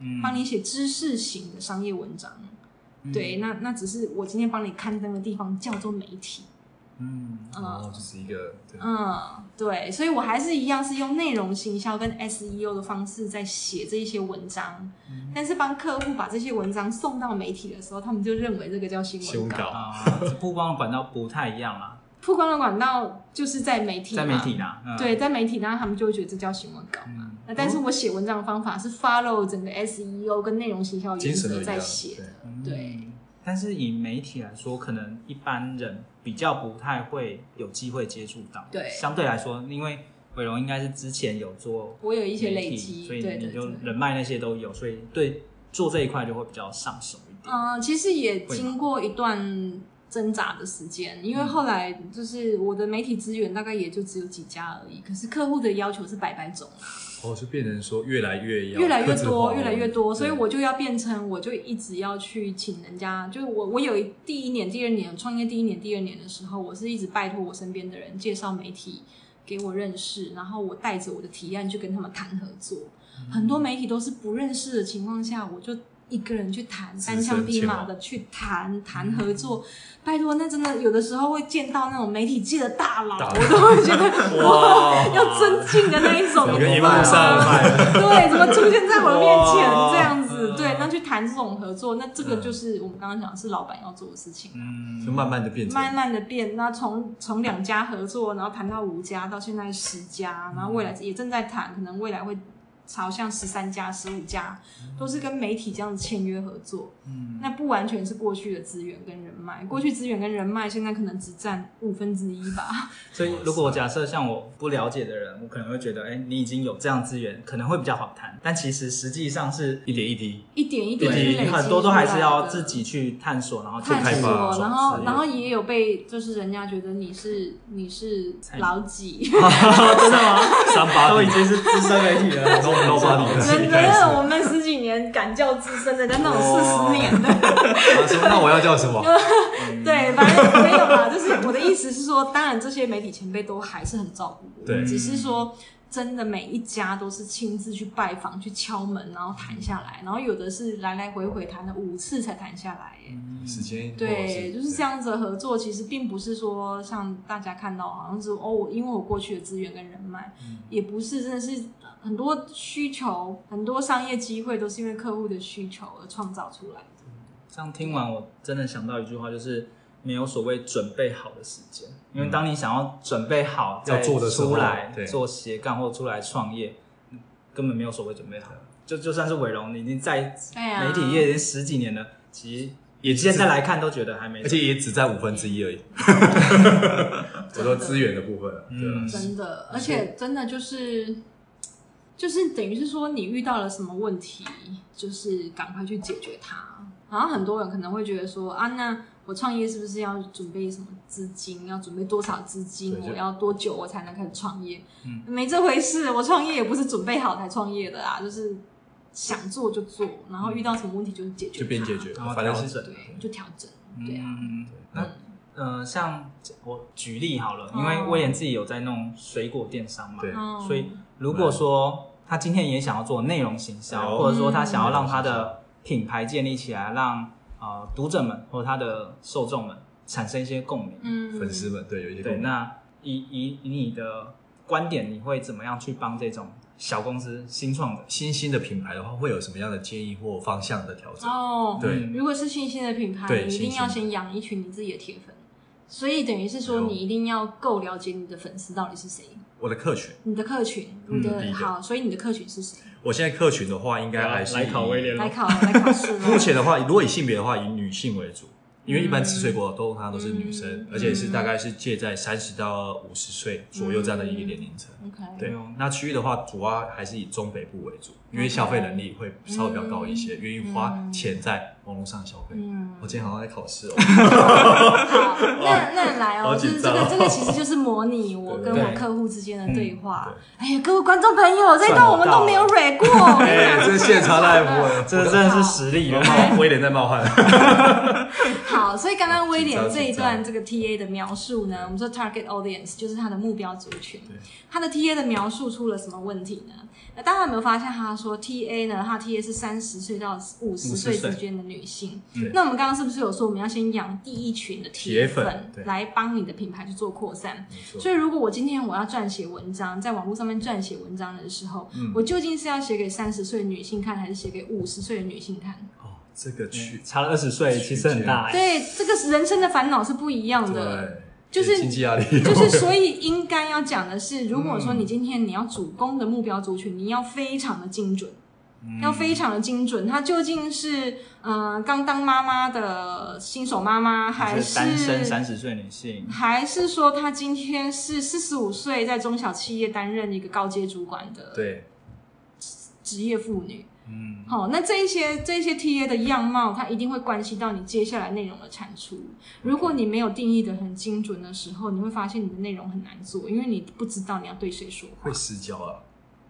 S1: 嗯，
S3: 帮你写知识型的商业文章。
S1: 嗯
S3: 对，，那那只是我今天帮你刊登的地方叫做媒体。
S1: 嗯，
S3: 嗯、
S2: 哦，就是一个对
S3: 嗯，对，所以我还是一样是用内容行销跟 SEO 的方式在写这一些文章，但是帮客户把这些文章送到媒体的时候，他们就认为这个叫新
S2: 新
S3: 闻
S2: 闻
S3: 稿。
S2: 稿，
S1: 啊，这曝光的管道不太一样啦，
S3: 曝光的管道就是在媒体嘛，
S1: 在媒体啦，嗯，
S3: 对，在媒体，然后他们就会觉得这叫新闻稿嘛。
S1: 嗯
S3: 那但是我写文章的方法是 follow 整个 SEO 跟内容行销
S2: 精
S3: 原
S2: 神都
S3: 则
S2: 一样
S3: 在写的，对
S1: 嗯。但是以媒体来说，可能一般人比较不太会有机会接触到。
S3: 对
S1: 相对来说，因为伟龙应该是之前有做
S3: 我有一些
S1: 媒
S3: 累
S1: 体
S3: 积，
S1: 所以
S3: 对
S1: 你
S3: 对
S1: 就
S3: 对。
S1: 人脉那些都有，所以对做这一块就会比较上手一点。
S3: 嗯、其实也
S1: 会吗
S3: 经过一段挣扎的时间，因为后来就是我的媒体资源大概也就只有几家而已，可是客户的要求是百百种，
S2: 哦，就变成说越来越要
S3: 越来越
S2: 克制化
S3: 多，
S2: 了
S3: 越来越多，所以
S2: 对
S3: 我就要变成，我就一直要去请人家，就是我我有一第一年、第二年创业第一年、第二年的时候，我是一直拜托我身边的人介绍媒体给我认识，然后我带着我的提案去跟他们谈合作。
S2: 嗯
S3: 很多媒体都是不认识的情况下，我就一个人去谈，
S2: 自身嗯
S3: 单枪匹
S2: 前
S3: 马
S2: 往
S3: 的去谈谈合作。拜托，那真的有的时候会见到那种媒体界的大佬，
S2: 大佬
S3: 我都会觉得 哇，要尊敬的那一 种，
S2: 整
S3: 啊你
S2: 个
S3: 知
S2: 荧
S3: 道
S2: 幕
S3: 吗
S2: 上卖，
S3: 对，怎么出现在我的面前
S1: 哇
S3: 这样子？
S1: 嗯
S3: 对，那去谈这种合作，那这个
S2: 嗯
S3: 就是我们刚刚讲的是老板要做的事情。
S1: 嗯
S2: 就慢慢的变成
S3: 慢慢的变，那从从两家合作，然后谈到五家，到现在十家，然后未来也正在谈，可能未来会朝向十三家、十五家，都是跟媒体这样子签约合作。
S1: 嗯
S3: 那不完全是过去的资源跟人脉，过去资源跟人脉现在可能只占五分之一吧。
S1: 所以，如果假设像我不了解的人，我可能会觉得，哎、你已经有这样资源，可能会比较好谈。但其实实际上是
S2: 一点一滴，
S3: 一点一
S1: 对
S3: 点去累积
S1: 很多都还是要
S3: 出来的
S1: 自己去探索，然后去
S3: 探
S2: 开
S3: 索
S2: 发，
S1: 发
S3: 然
S1: 自
S3: 后
S1: 己
S3: 然后也有被就是人家觉得你是你是
S1: 菜
S3: 老几，
S1: 真的吗？
S2: 三八
S1: 都
S2: 底
S1: 已经是资深
S2: 哎
S1: 媒体 了，
S2: 都都把你自己
S3: 真
S2: 开始
S3: 的，我们十几年敢叫资深的，但那种四十年的，
S2: 他啊说那我要叫什么？
S3: 对，反正没有啦。就是我的意思是说，当然这些媒体前辈都还是很照顾我，
S2: 对
S3: 只是说。真的每一家都是亲自去拜访、去敲门，然后谈下来，然后有的是来来回回谈了五次才谈下来耶。
S2: 时间
S3: 对，就是这。样子的合作，其实并不是说像大家看到好像是哦，我因为我过去的资源跟人脉，
S1: 嗯
S3: 也不是，真的是很多需求，很多商业机会都是因为客户的需求而创造出来的。
S1: 这样听完，我真的想到一句话，就是没有所谓准备好的时间，因为当你想要准备好
S2: 要
S1: 再
S2: 做的时候
S1: 出来
S2: 对
S1: 做斜杠或出来创业，根本没有所谓准备好。就就算是伟荣，你已经在
S3: 对啊
S1: 媒体业已经十几年了，其实
S2: 也
S1: 现
S2: 现
S1: 在
S2: 在来，
S1: 来看都觉得还没
S2: 而且也只占五分之一 而已。我说资源的部分啊，对啊
S1: 嗯
S3: 真的，而且真的就是，就是等于是说，你遇到了什么问题，就是赶快去解决它。然后很多人可能会觉得说啊，那我创业是不是要准备什么资金，要准备多少资金
S2: 对，就
S3: 我要多久我才能开始创业？
S1: 嗯
S3: 没这回事，我创业也不是准备好才创业的啦，就是想做就做，然后遇到什么问题就解决它，
S2: 就边解决，
S1: 然后
S2: 反正
S1: 调
S2: 是
S1: 整。
S3: 对，就调整，对啊，
S1: 嗯，那呃，像我举例好了，
S3: 哦
S1: 因为威廉自己有在弄水果电商嘛，
S2: 对
S3: 嗯
S1: 所以如果说他今天也想要做内容行
S2: 哦
S1: 销，或者说他想要
S2: 嗯
S1: 让他的品牌建立起来，让呃读者们或者他的受众们产生一些共鸣，
S3: 嗯，
S2: 粉丝们对有一些
S1: 对，
S2: 共鸣
S1: 那以以以你的观点，你会怎么样去帮这种小公司新创的？
S2: 新兴的品牌的话，会有什么样的建议或方向的调整？
S3: 哦，
S2: 对
S1: 嗯
S3: 如果是新兴的品牌，
S2: 对
S3: 你一定要
S2: 新
S3: 先养一群你自己的铁粉，所以等于是说，
S2: 哎呦
S3: 你一定要够了解你的粉丝到底是谁，
S2: 我的客群，
S3: 你的客群，你的、
S2: 嗯理解
S3: 好，所以你的客群是谁？
S2: 我现在客群的话，应该还是
S1: 来
S2: 以
S1: 考威廉了
S3: 来考来考试咯
S2: 目前的话，如果以性别的话，以女性为主，因为一般吃水果的通常都是女生，
S3: 嗯
S2: 而且是大概是介在三十到五十岁左右这样的一个年龄层。
S3: ，OK，
S2: 对
S1: 嗯，
S2: 那区域的话，主要还是以中北部为主，因为消费能力会稍微比较高一些，
S3: 嗯
S2: 愿意花钱在网络上消费。
S3: 嗯
S2: 我，今天好像在考试哦，
S3: 好，那那来哦，
S2: 好
S3: 就是
S2: 紧
S3: 这
S2: 张
S3: 个
S2: 哦
S3: 这个其实就是模拟我
S2: 对
S3: 跟
S1: 对
S3: 我客户之间的对话
S2: 嗯。
S3: 哎呀，各位观众朋友，这一段
S1: 赚
S3: 我们
S1: 到
S3: 都没有
S1: 了
S3: 蕊过，我跟 你
S2: 哎、
S3: 讲
S2: 这现场
S3: 呃
S2: live，
S1: 这真的是实力了
S2: 我，冒我有点在冒汗。
S3: 好，所以刚刚威廉这一
S2: 紧张
S3: 段这个 TA 的描述呢，我们说 target audience 就是他的目标族群
S2: 对。
S3: 他的 TA 的描述出了什么问题呢？那大家有没有发现，他说 TA 呢，他 TA 是三十岁到五十岁
S2: 50岁
S3: 之间的女性
S2: 对。
S3: 那我们刚刚是不是有说，我们要先养第一群的铁
S2: 铁粉
S3: 粉
S2: 对
S3: 来帮你的品牌去做扩散？
S2: 没错
S3: 所以，如果我今天我要撰写文章，在网络上面撰写文章的时候，
S2: 嗯
S3: 我究竟是要写给三十岁的女性看，还是写给五十岁的女性看？
S2: 哦， 这个区
S3: 嗯
S1: 差了二十岁，其实很大、欸。
S3: 对，这个人生的烦恼是不一样的。
S2: 对，
S3: 就是
S2: 经济压力，哦
S3: 就是，所以应该要讲的是，如果
S1: 嗯
S3: 说你今天你要主攻的目标族群，你要非常的精准，
S1: 嗯
S3: 要非常的精准。它究竟是呃刚当妈妈的新手妈妈，还
S1: 是
S3: 是
S1: 单身三十岁女性，
S3: 还是说她今天是四十五岁，在中小企业担任一个高阶主管的
S2: 对，
S3: 职业妇女？
S1: 嗯，
S3: 好、那这一些这一些 TA 的样貌，它一定会关系到你接下来内容的产出。如果你没有定义的很精准的时候，你会发现你的内容很难做，因为你不知道你要对谁说话
S2: 会。失焦啊。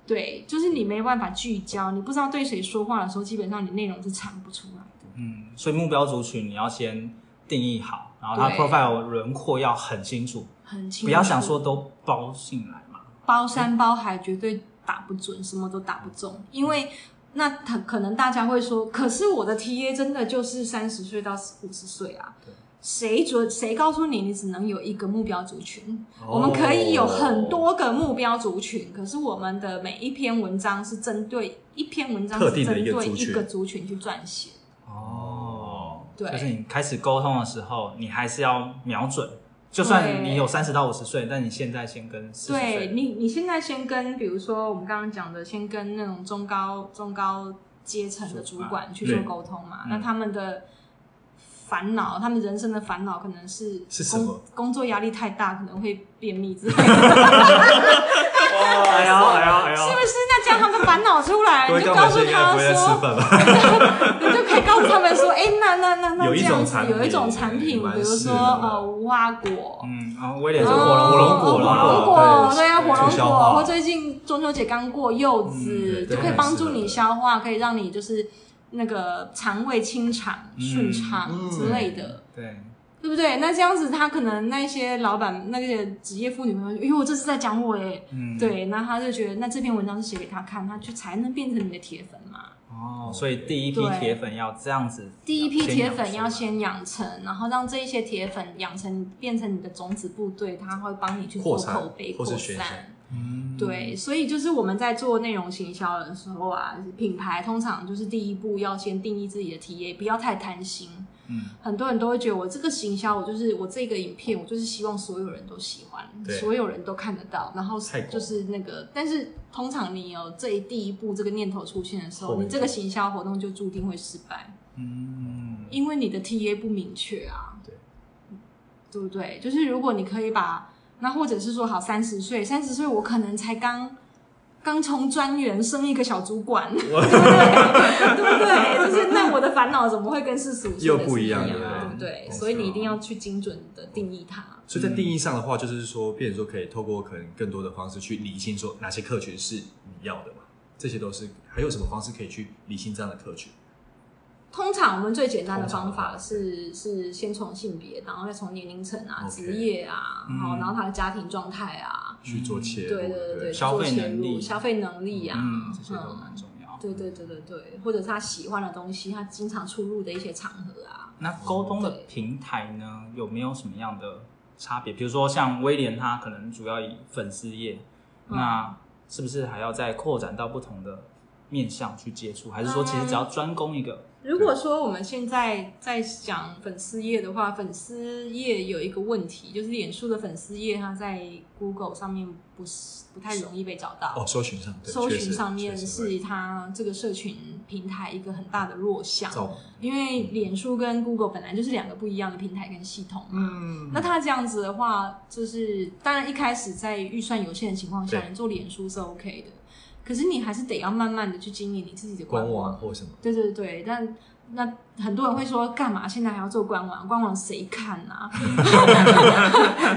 S3: 对，就是你没办法聚焦，你不知道对谁说话的时候，基本上你内容是产不出来的。
S1: 嗯，所以目标族群你要先定义好，然后它
S3: 对
S1: profile 轮廓要很清楚，
S3: 很清楚，
S1: 不要想说都包进来嘛。
S3: 包山包海，绝对打不准，什么都打不中，因为。那他可能大家会说，可是我的 TA 真的就是三十岁到五十岁啊，谁准谁告诉你你只能有一个目标族群？
S2: 哦
S3: 我们可以有很多个目标族群，可是我们的每一篇文章是针对一篇文章
S2: 特
S3: 是
S2: 定的
S3: 针
S2: 一个
S3: 对
S2: 族
S3: 一
S2: 群
S3: 个族群去撰写。
S1: 哦，
S3: 对
S1: 就是你开始沟通的时候，你还是要瞄准，就算
S3: 对
S1: 你有三十到五十岁，但你现在先跟四十
S3: 对
S1: 岁，
S3: 你，你现在先跟，比如说我们刚刚讲的，先跟那种中高中高阶层的主管去做
S2: 对
S3: 沟通嘛，
S1: 嗯
S3: 那他们的烦恼，他们人生的烦恼可能是
S2: 是什
S3: 工
S2: 么
S3: 工作压力太大，可能会便秘之 类的，
S1: 哎呀哎呀哎
S3: 是不，是？那这样他们烦恼出 来，
S2: 啊各
S3: 你
S2: 位
S3: 就
S2: 根
S3: 告
S2: 本
S3: 诉
S2: 现在应该
S3: 他
S2: 不会在吃
S3: 说，
S2: 饭 吧？
S3: 你就可以告诉他们说，哎、那那那那
S2: 有
S3: 这
S2: 一种
S3: 样子
S2: 产品
S3: 有一种产品，
S2: 蛮
S3: 比如
S2: 适
S3: 说
S2: 合的
S3: 呃无花果。
S1: 嗯，然后威廉
S3: 哦
S1: 是火龙
S3: 哦
S1: 火龙
S3: 火
S1: 果
S3: 龙
S1: 啦，
S3: 果，
S2: 对
S3: 对啊，
S2: 对
S3: 火龙
S2: 促
S3: 果，
S2: 消化
S3: 或最近中秋节刚过，柚子
S2: 嗯对
S3: 就
S2: 都
S3: 可以
S2: 很
S3: 帮
S2: 适
S3: 助
S2: 合
S3: 你
S2: 的
S3: 消化，可以让你就是那个肠胃清肠顺
S1: 嗯
S3: 畅之类的，
S1: 对，
S3: 对不对？那这样子，他可能那些老板、那些职业妇女们，哎呦，这是在讲我哎，
S1: 嗯，
S3: 对，那他就觉得那这篇文章是写给他看，他就才能变成你的铁粉嘛。
S1: 哦，所以第一批
S3: 对
S1: 铁粉要这样子，
S3: 第一批铁粉要
S2: 啊
S1: 先养出来。
S3: 先养成，然后让这一些铁粉养成变成你的种子部队，他会帮你去做
S2: 扩散
S3: 口碑扩
S2: 或是宣
S3: 散
S2: 传。
S1: 嗯
S3: 对，所以就是我们在做内容行销的时候啊，品牌通常就是第一步要先定义自己的 TA，不要太贪心。
S1: 嗯，
S3: 很多人都会觉得我这个行销，我就是我这个影片，我就是希望所有人都喜欢，
S2: 对
S3: 所有人都看得到，然后
S2: 太广
S3: 就是那个，但是通常你有这一第一步这个念头出现的时
S2: 后
S3: 候，
S2: 面
S3: 你这个行销活动就注定会失败。
S1: 嗯，
S3: 因为你的 TA 不明确啊，
S2: 对，
S3: 对不对？就是如果你可以把那或者是说好三十岁，三十岁我可能才刚刚从专员升一个小主管，对不对？对不对？就是那我的烦恼怎么会跟四十五岁
S2: 又
S3: 的
S2: 不
S3: 是
S2: 一
S3: 一
S2: 样
S3: 对
S2: 了
S3: 不对
S2: 没？错
S3: 所以你一定要去精准的定义它。
S2: 所以在定义上的话，就是说，变成说可以透过可能更多的方式去理清，说哪些客群是你要的嘛？这些都是还有什么方式可以去理清这样的客群？
S3: 通常我们最简单的方
S2: 通
S3: 法
S2: 常
S3: 是是先从性别，然后再从年龄层啊、
S2: OK
S3: 职业啊，
S1: 嗯
S3: 然后然后他的家庭状态啊，
S2: 去做切入，
S3: 对对对
S2: 不
S3: 对，
S1: 消费
S3: 做切
S1: 能力
S3: 入消费能力啊，
S1: 嗯
S2: 这些都蛮重要。
S3: 对对对对对，或者是他喜欢的东西，他经常出入的一些场合啊，
S1: 那沟通的平台呢，有没有什么样的差别？比如说像威廉他可能主要以粉丝业，
S3: 嗯
S1: 那是不是还要再扩展到不同的面向去接触？还是说其实只要专攻一个？
S3: 如果说我们现在在讲粉丝业的话，粉丝业有一个问题，就是脸书的粉丝业，它在 Google 上面不是不太容易被找到。
S2: 哦，搜寻上，对
S3: 搜
S2: 确
S3: 寻
S2: 实
S3: 上面
S2: 确实会
S3: 是它这个社群平台一个很大的弱项，
S2: 造
S3: 因为脸书跟 Google 本来就是两个不一样的平台跟系统嘛。
S2: 嗯
S3: 那它这样子的话，就是当然一开始在预算有限的情况下，
S2: 对
S3: 你做脸书是 OK 的，可是你还是得要慢慢的去经营你自己的
S2: 官
S3: 官
S2: 网啊或什么，
S3: 对对对，但那很多人会说，干嘛现在还要做官网？官网谁看啊？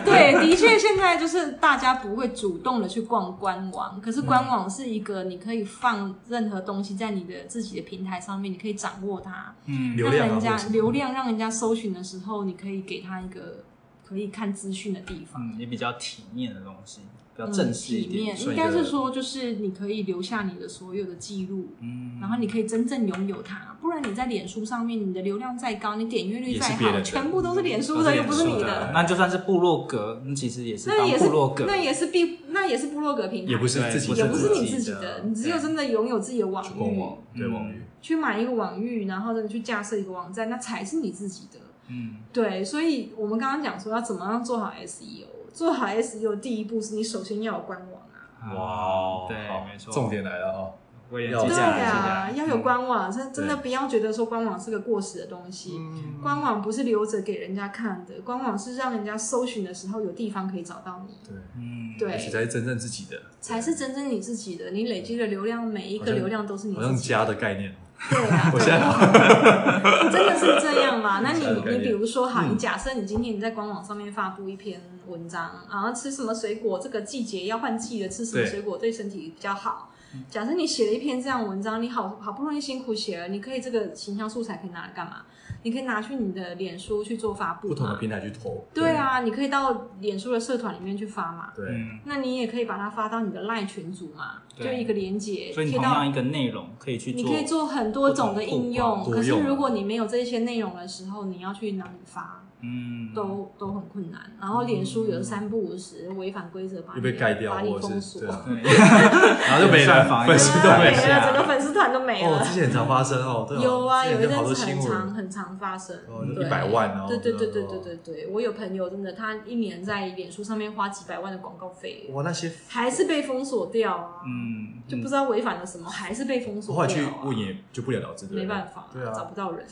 S3: 对，的确，现在就是大家不会主动的去逛官网，可是官网是一个你可以放任何东西在你的自己的平台上面，你可以掌握它，
S1: 嗯
S2: 流
S3: 让
S2: 量啊
S3: 人家
S2: 或者什么
S3: 流量，让人家搜寻的时候，你可以给他一个可以看资讯的地方。嗯
S1: 嗯，也比较体面的东西，比较正式一
S3: 体
S1: 点
S3: 面，
S2: 算
S3: 应
S2: 一个
S3: 该是说，就是你可以留下你的所有的记录，
S1: 嗯，
S3: 然后你可以真正拥有它，不然你在脸书上面，你的流量再高，你点阅率再
S2: 也是别人哦
S3: 好，
S2: 的
S3: 全部都是脸书
S2: 都
S3: 的，
S2: 是
S3: 又
S2: 脸
S3: 不
S2: 书
S3: 是你
S2: 的
S3: 的。
S1: 那就算是部落格，那其实也是
S2: 啊
S3: 那
S1: 当
S3: 也
S1: 部
S3: 是
S1: 落格，
S3: 那也是必，那也是部落格平台，
S2: 也不是自己啊
S1: 对
S3: 也不是
S1: 自
S3: 你
S1: 己
S3: 自己
S1: 的
S3: 的，你只有
S1: 对
S3: 真的拥有自己的网
S2: 去官
S3: 域，
S2: 网对
S1: 嗯
S2: 网域，
S3: 去买一个网域，然后真的去架设一个网站，那才是你自己的。
S1: 嗯，
S3: 对，所以我们刚刚讲说要怎么样做好 SEO，做好 SEO 第一步是你首先要有官网啊。
S2: 嗯哇，
S1: 对
S2: 好，
S1: 没错，
S2: 重点来了啊哈，
S1: 我也
S2: 要
S1: 记
S3: 对
S1: 下来，记下
S3: 啊
S1: 来，
S3: 要有官网，真真的
S2: 嗯对
S3: 不要觉得说官网是个过时的东西。
S2: 嗯
S3: 官网不是留着给人家看的，官网是让人家搜寻的时候有地方可以找到你，
S2: 对，
S1: 嗯，
S3: 对
S2: 而且才是真正自己的，
S3: 才是真正你自己的。你累积的流量，每一
S2: 好
S3: 个
S2: 像
S3: 流量都是你
S2: 好像
S3: 自己的。
S2: 家的概念哦，
S3: 对 啊，
S2: 我现在
S3: 真的是这样嘛？那你
S2: 这样的概
S3: 你
S2: 念
S3: 比如说好，
S2: 嗯
S3: 你假设你今天你在官网上面发布一篇文章，然后吃什么水果，这个季节要换季了，吃什么
S2: 对嗯
S3: 水果对身体比较好。假设你写了一篇这样的文章，你好好不容易辛苦写了，你可以这个形象素材可以拿来干嘛？你可以拿去你的脸书去做发布
S2: 不同的
S3: 嘛？
S2: 平台去投，
S3: 对，啊，你可以到脸书的社团里面去发嘛。
S2: 对，
S1: 嗯，
S3: 那你也可以把它发到你的赖群组嘛，就
S1: 对
S3: 一个连接，
S1: 所以你
S3: 贴
S1: 同
S3: 到
S1: 样一个内容可以去
S3: 你
S1: 做，
S3: 可以做很多种的应用，
S2: 多种
S3: 可是
S2: 多用
S3: 如果你没有这些内容的时候，你要去哪里发，
S1: 嗯，
S3: 都都很困难。然后脸书有三不五时，违反规则把你
S2: 嗯又被盖掉
S3: 把你
S2: 或者是
S3: 封锁，
S2: 对 啊
S1: 对，
S2: 然后就没
S1: 算法
S2: 了，
S1: 也
S2: 粉丝都
S3: 没
S2: 没
S1: 对
S3: 了，
S1: 啊
S3: 整个粉丝团都没
S2: 哦，
S3: 了
S2: 之。前很常发生哦，对哦，
S3: 有啊，
S2: 之
S3: 有
S2: 前
S3: 一
S2: 就好
S3: 阵
S2: 多
S3: 子很
S2: 新
S3: 常
S2: 闻，
S3: 很常发生
S2: 哦，
S3: 对
S2: 一百万哦
S3: 对对对对
S2: 哦
S3: 对对对，我有朋友真的，他一年在脸书上面花几百万的广告费，
S2: 哇，那些
S3: 还是被封锁掉啊，
S1: 嗯，
S3: 就不知道违反了什么，还是被封
S2: 后
S3: 锁
S2: 来去
S3: 掉啊，
S2: 问也就不了了之，对不对
S3: 没办法
S2: 对啊，嗯
S3: 找不到人，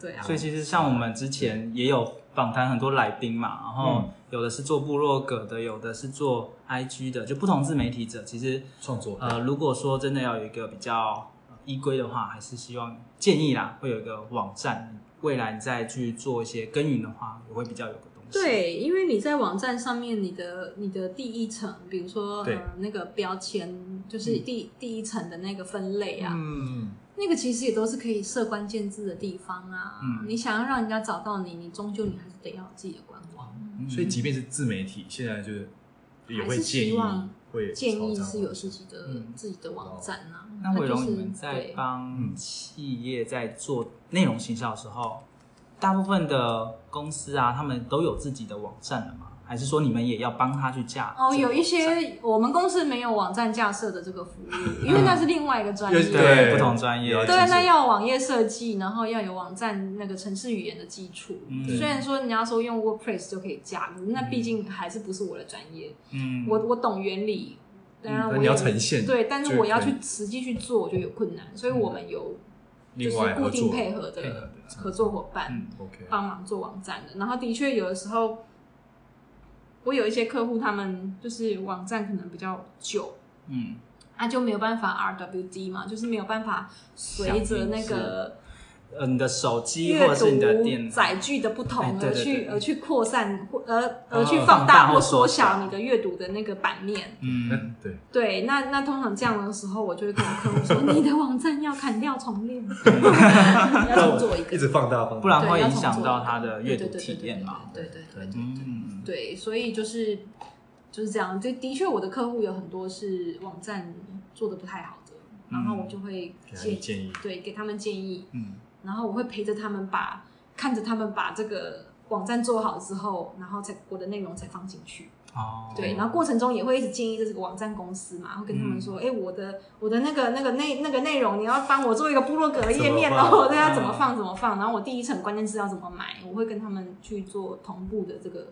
S3: 对啊，
S1: 所以其实像我们之前也有访谈很多来宾嘛，然后
S2: 嗯
S1: 有的是做部落格的，有的是做 IG 的，就不同自媒体者。其实
S2: 创作，
S1: 呃，如果说真的要有一个比较呃依规的话，还是希望建议啦，会有一个网站，未来你再去做一些耕耘的话，也会比较有个东西。，
S3: 对，因为你在网站上面，你的你的第一层，比如说
S2: 对
S3: 呃那个标签，就是
S1: 嗯
S3: 第、第一层的那个分类啊，
S2: 嗯，
S3: 那个其实也都是可以设关键字的地方啊。
S1: 嗯
S3: 你想要让人家找到你，你终究你还是得要有自己的官网。
S2: 所以即便是自媒体，现在就是也
S3: 还
S2: 会
S3: 是
S2: 建
S3: 希
S2: 议
S3: 望
S2: 会
S3: 建议
S2: 朝这
S3: 是
S2: 样
S3: 有自己的、
S1: 嗯
S3: 自己的网站啊。
S1: 那伟
S3: 就
S1: 荣，
S3: 是
S1: 你们在
S3: 对
S1: 帮
S2: 嗯
S1: 企业在做内容行销的时候，大部分的公司啊，他们都有自己的网站了吗？还是说你们也要帮他去架？
S3: 哦，有一些我们公司没有网站架设的这个服务，因为那是另外一个专业。
S2: 又是
S1: 嗯对不同专业
S2: 了解
S3: 对，啊
S2: 是
S3: 那要有网页设计，然后要有网站那个城市语言的基础。
S1: 嗯
S3: 虽然说人家说用 WordPress 就可以架，
S2: 嗯
S3: 可是那毕竟还是不是我的专业。
S1: 嗯，
S3: 我我懂原理，当然
S2: 嗯那
S3: 我
S2: 你要
S3: 也
S2: 呈现
S3: 对，但
S2: 就是可
S3: 我要
S2: 以嗯
S3: 去实际去做，我觉得有困难，所以我们有就
S2: 另
S3: 是
S2: 外
S3: 固
S2: 合
S3: 定
S2: 作
S3: 配合
S1: 配
S3: 啊
S1: 合的
S3: 的合作伙伴
S1: 嗯
S2: OK，
S3: 帮忙做网站的。然后的确有的时候，我有一些客户他们就是网站可能比较久，
S1: 嗯
S3: 那、就没有办法 RWD 嘛，就是没有办法随着那个
S1: 呃，你的手机
S3: 阅
S1: 或者是你的电
S3: 读
S1: 脑
S3: 载具的不同
S1: 哎对
S3: 而
S1: 对
S3: 去
S1: 对
S3: 而去扩散或而
S1: 呃
S3: 而去
S1: 放
S3: 放
S1: 大
S3: 大
S1: 或
S3: 或
S1: 缩
S3: 缩
S1: 小
S3: 小你的阅读的那个版面。
S1: 嗯，
S2: 对，
S3: 对，那那通常这样的时候，我就会跟我客户说：“你的网站要砍掉 重练， 要重做一个
S2: 一，直放大放大，
S1: 不然
S3: 对
S1: 会
S3: 要
S1: 影
S3: 重
S1: 响
S3: 做
S1: 到
S3: 一
S1: 他
S3: 个
S1: 的
S3: 对
S1: 阅
S3: 对
S1: 读
S3: 对
S1: 体
S3: 对
S1: 验
S3: 对
S1: 嘛。
S3: 对对对对
S1: 嗯，
S3: 对，所以就是就是这样。就的确，我的客户有很多是网站做的不太好的，然后我就会
S2: 给他
S3: 建
S2: 一
S3: 议，
S2: 建议，
S3: 对，给他们建议，
S1: 嗯，
S3: 然后我会陪着他们把看着他们把这个网站做好之后，然后才我的内容才放进去。
S1: 哦，
S3: 对，然后过程中也会一直建议这个网站公司嘛，会跟他们
S1: 嗯
S3: 说，哎、我的我的那个那个内那个内容，你要帮我做一个部落格页面
S2: 怎么
S3: 哦，
S2: 放
S3: 对，要怎么放怎么放，然后我第一层关键字要怎么买，我会跟他们去做同步的这个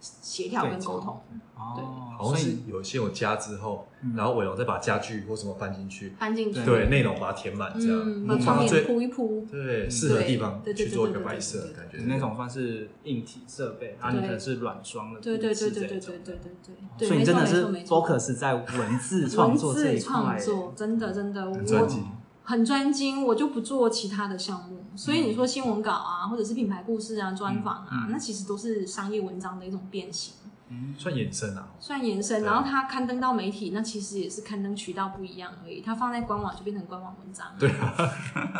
S3: 协调跟沟通，
S1: 哦，
S2: 好
S1: 所
S2: 像是
S1: 以
S2: 有些有加之后，然后伟龙再把家具或什么搬进去，
S3: 搬进去，
S2: 对，内容把它填满这样，
S3: 嗯，
S2: 我
S3: 把
S2: 们
S3: 窗
S2: 放到
S3: 帘
S2: 最
S3: 铺一铺，
S2: 对适合的地方
S3: 对对对
S2: 去做一个
S3: 对对
S2: 摆
S3: 对
S2: 设
S3: 对，对
S2: 感觉
S1: 你那种算是硬体设备，然后你可能是软装的，
S3: 对对对
S1: 是这
S3: 对对对
S1: 种
S3: 对对对对，
S1: 所以你真的
S3: 没
S1: 是
S3: 错没错没错
S1: focus 在文字创
S3: 文
S1: 作这
S3: 字
S1: 一块
S3: 创，作，真的真的，我
S2: 很专精，
S3: 很专精，我就不做其他的项目。
S2: 嗯
S3: 所以你说新闻稿啊，或者是品牌故事啊、专访啊，
S1: 嗯
S3: 那其实都是商业文章的一种变形，
S1: 嗯
S2: 算延伸啊，
S3: 算延伸。
S2: 对
S3: 然后它刊登到媒体，那其实也是刊登渠道不一样而已。它放在官网就变成官网文章。
S2: 对啊，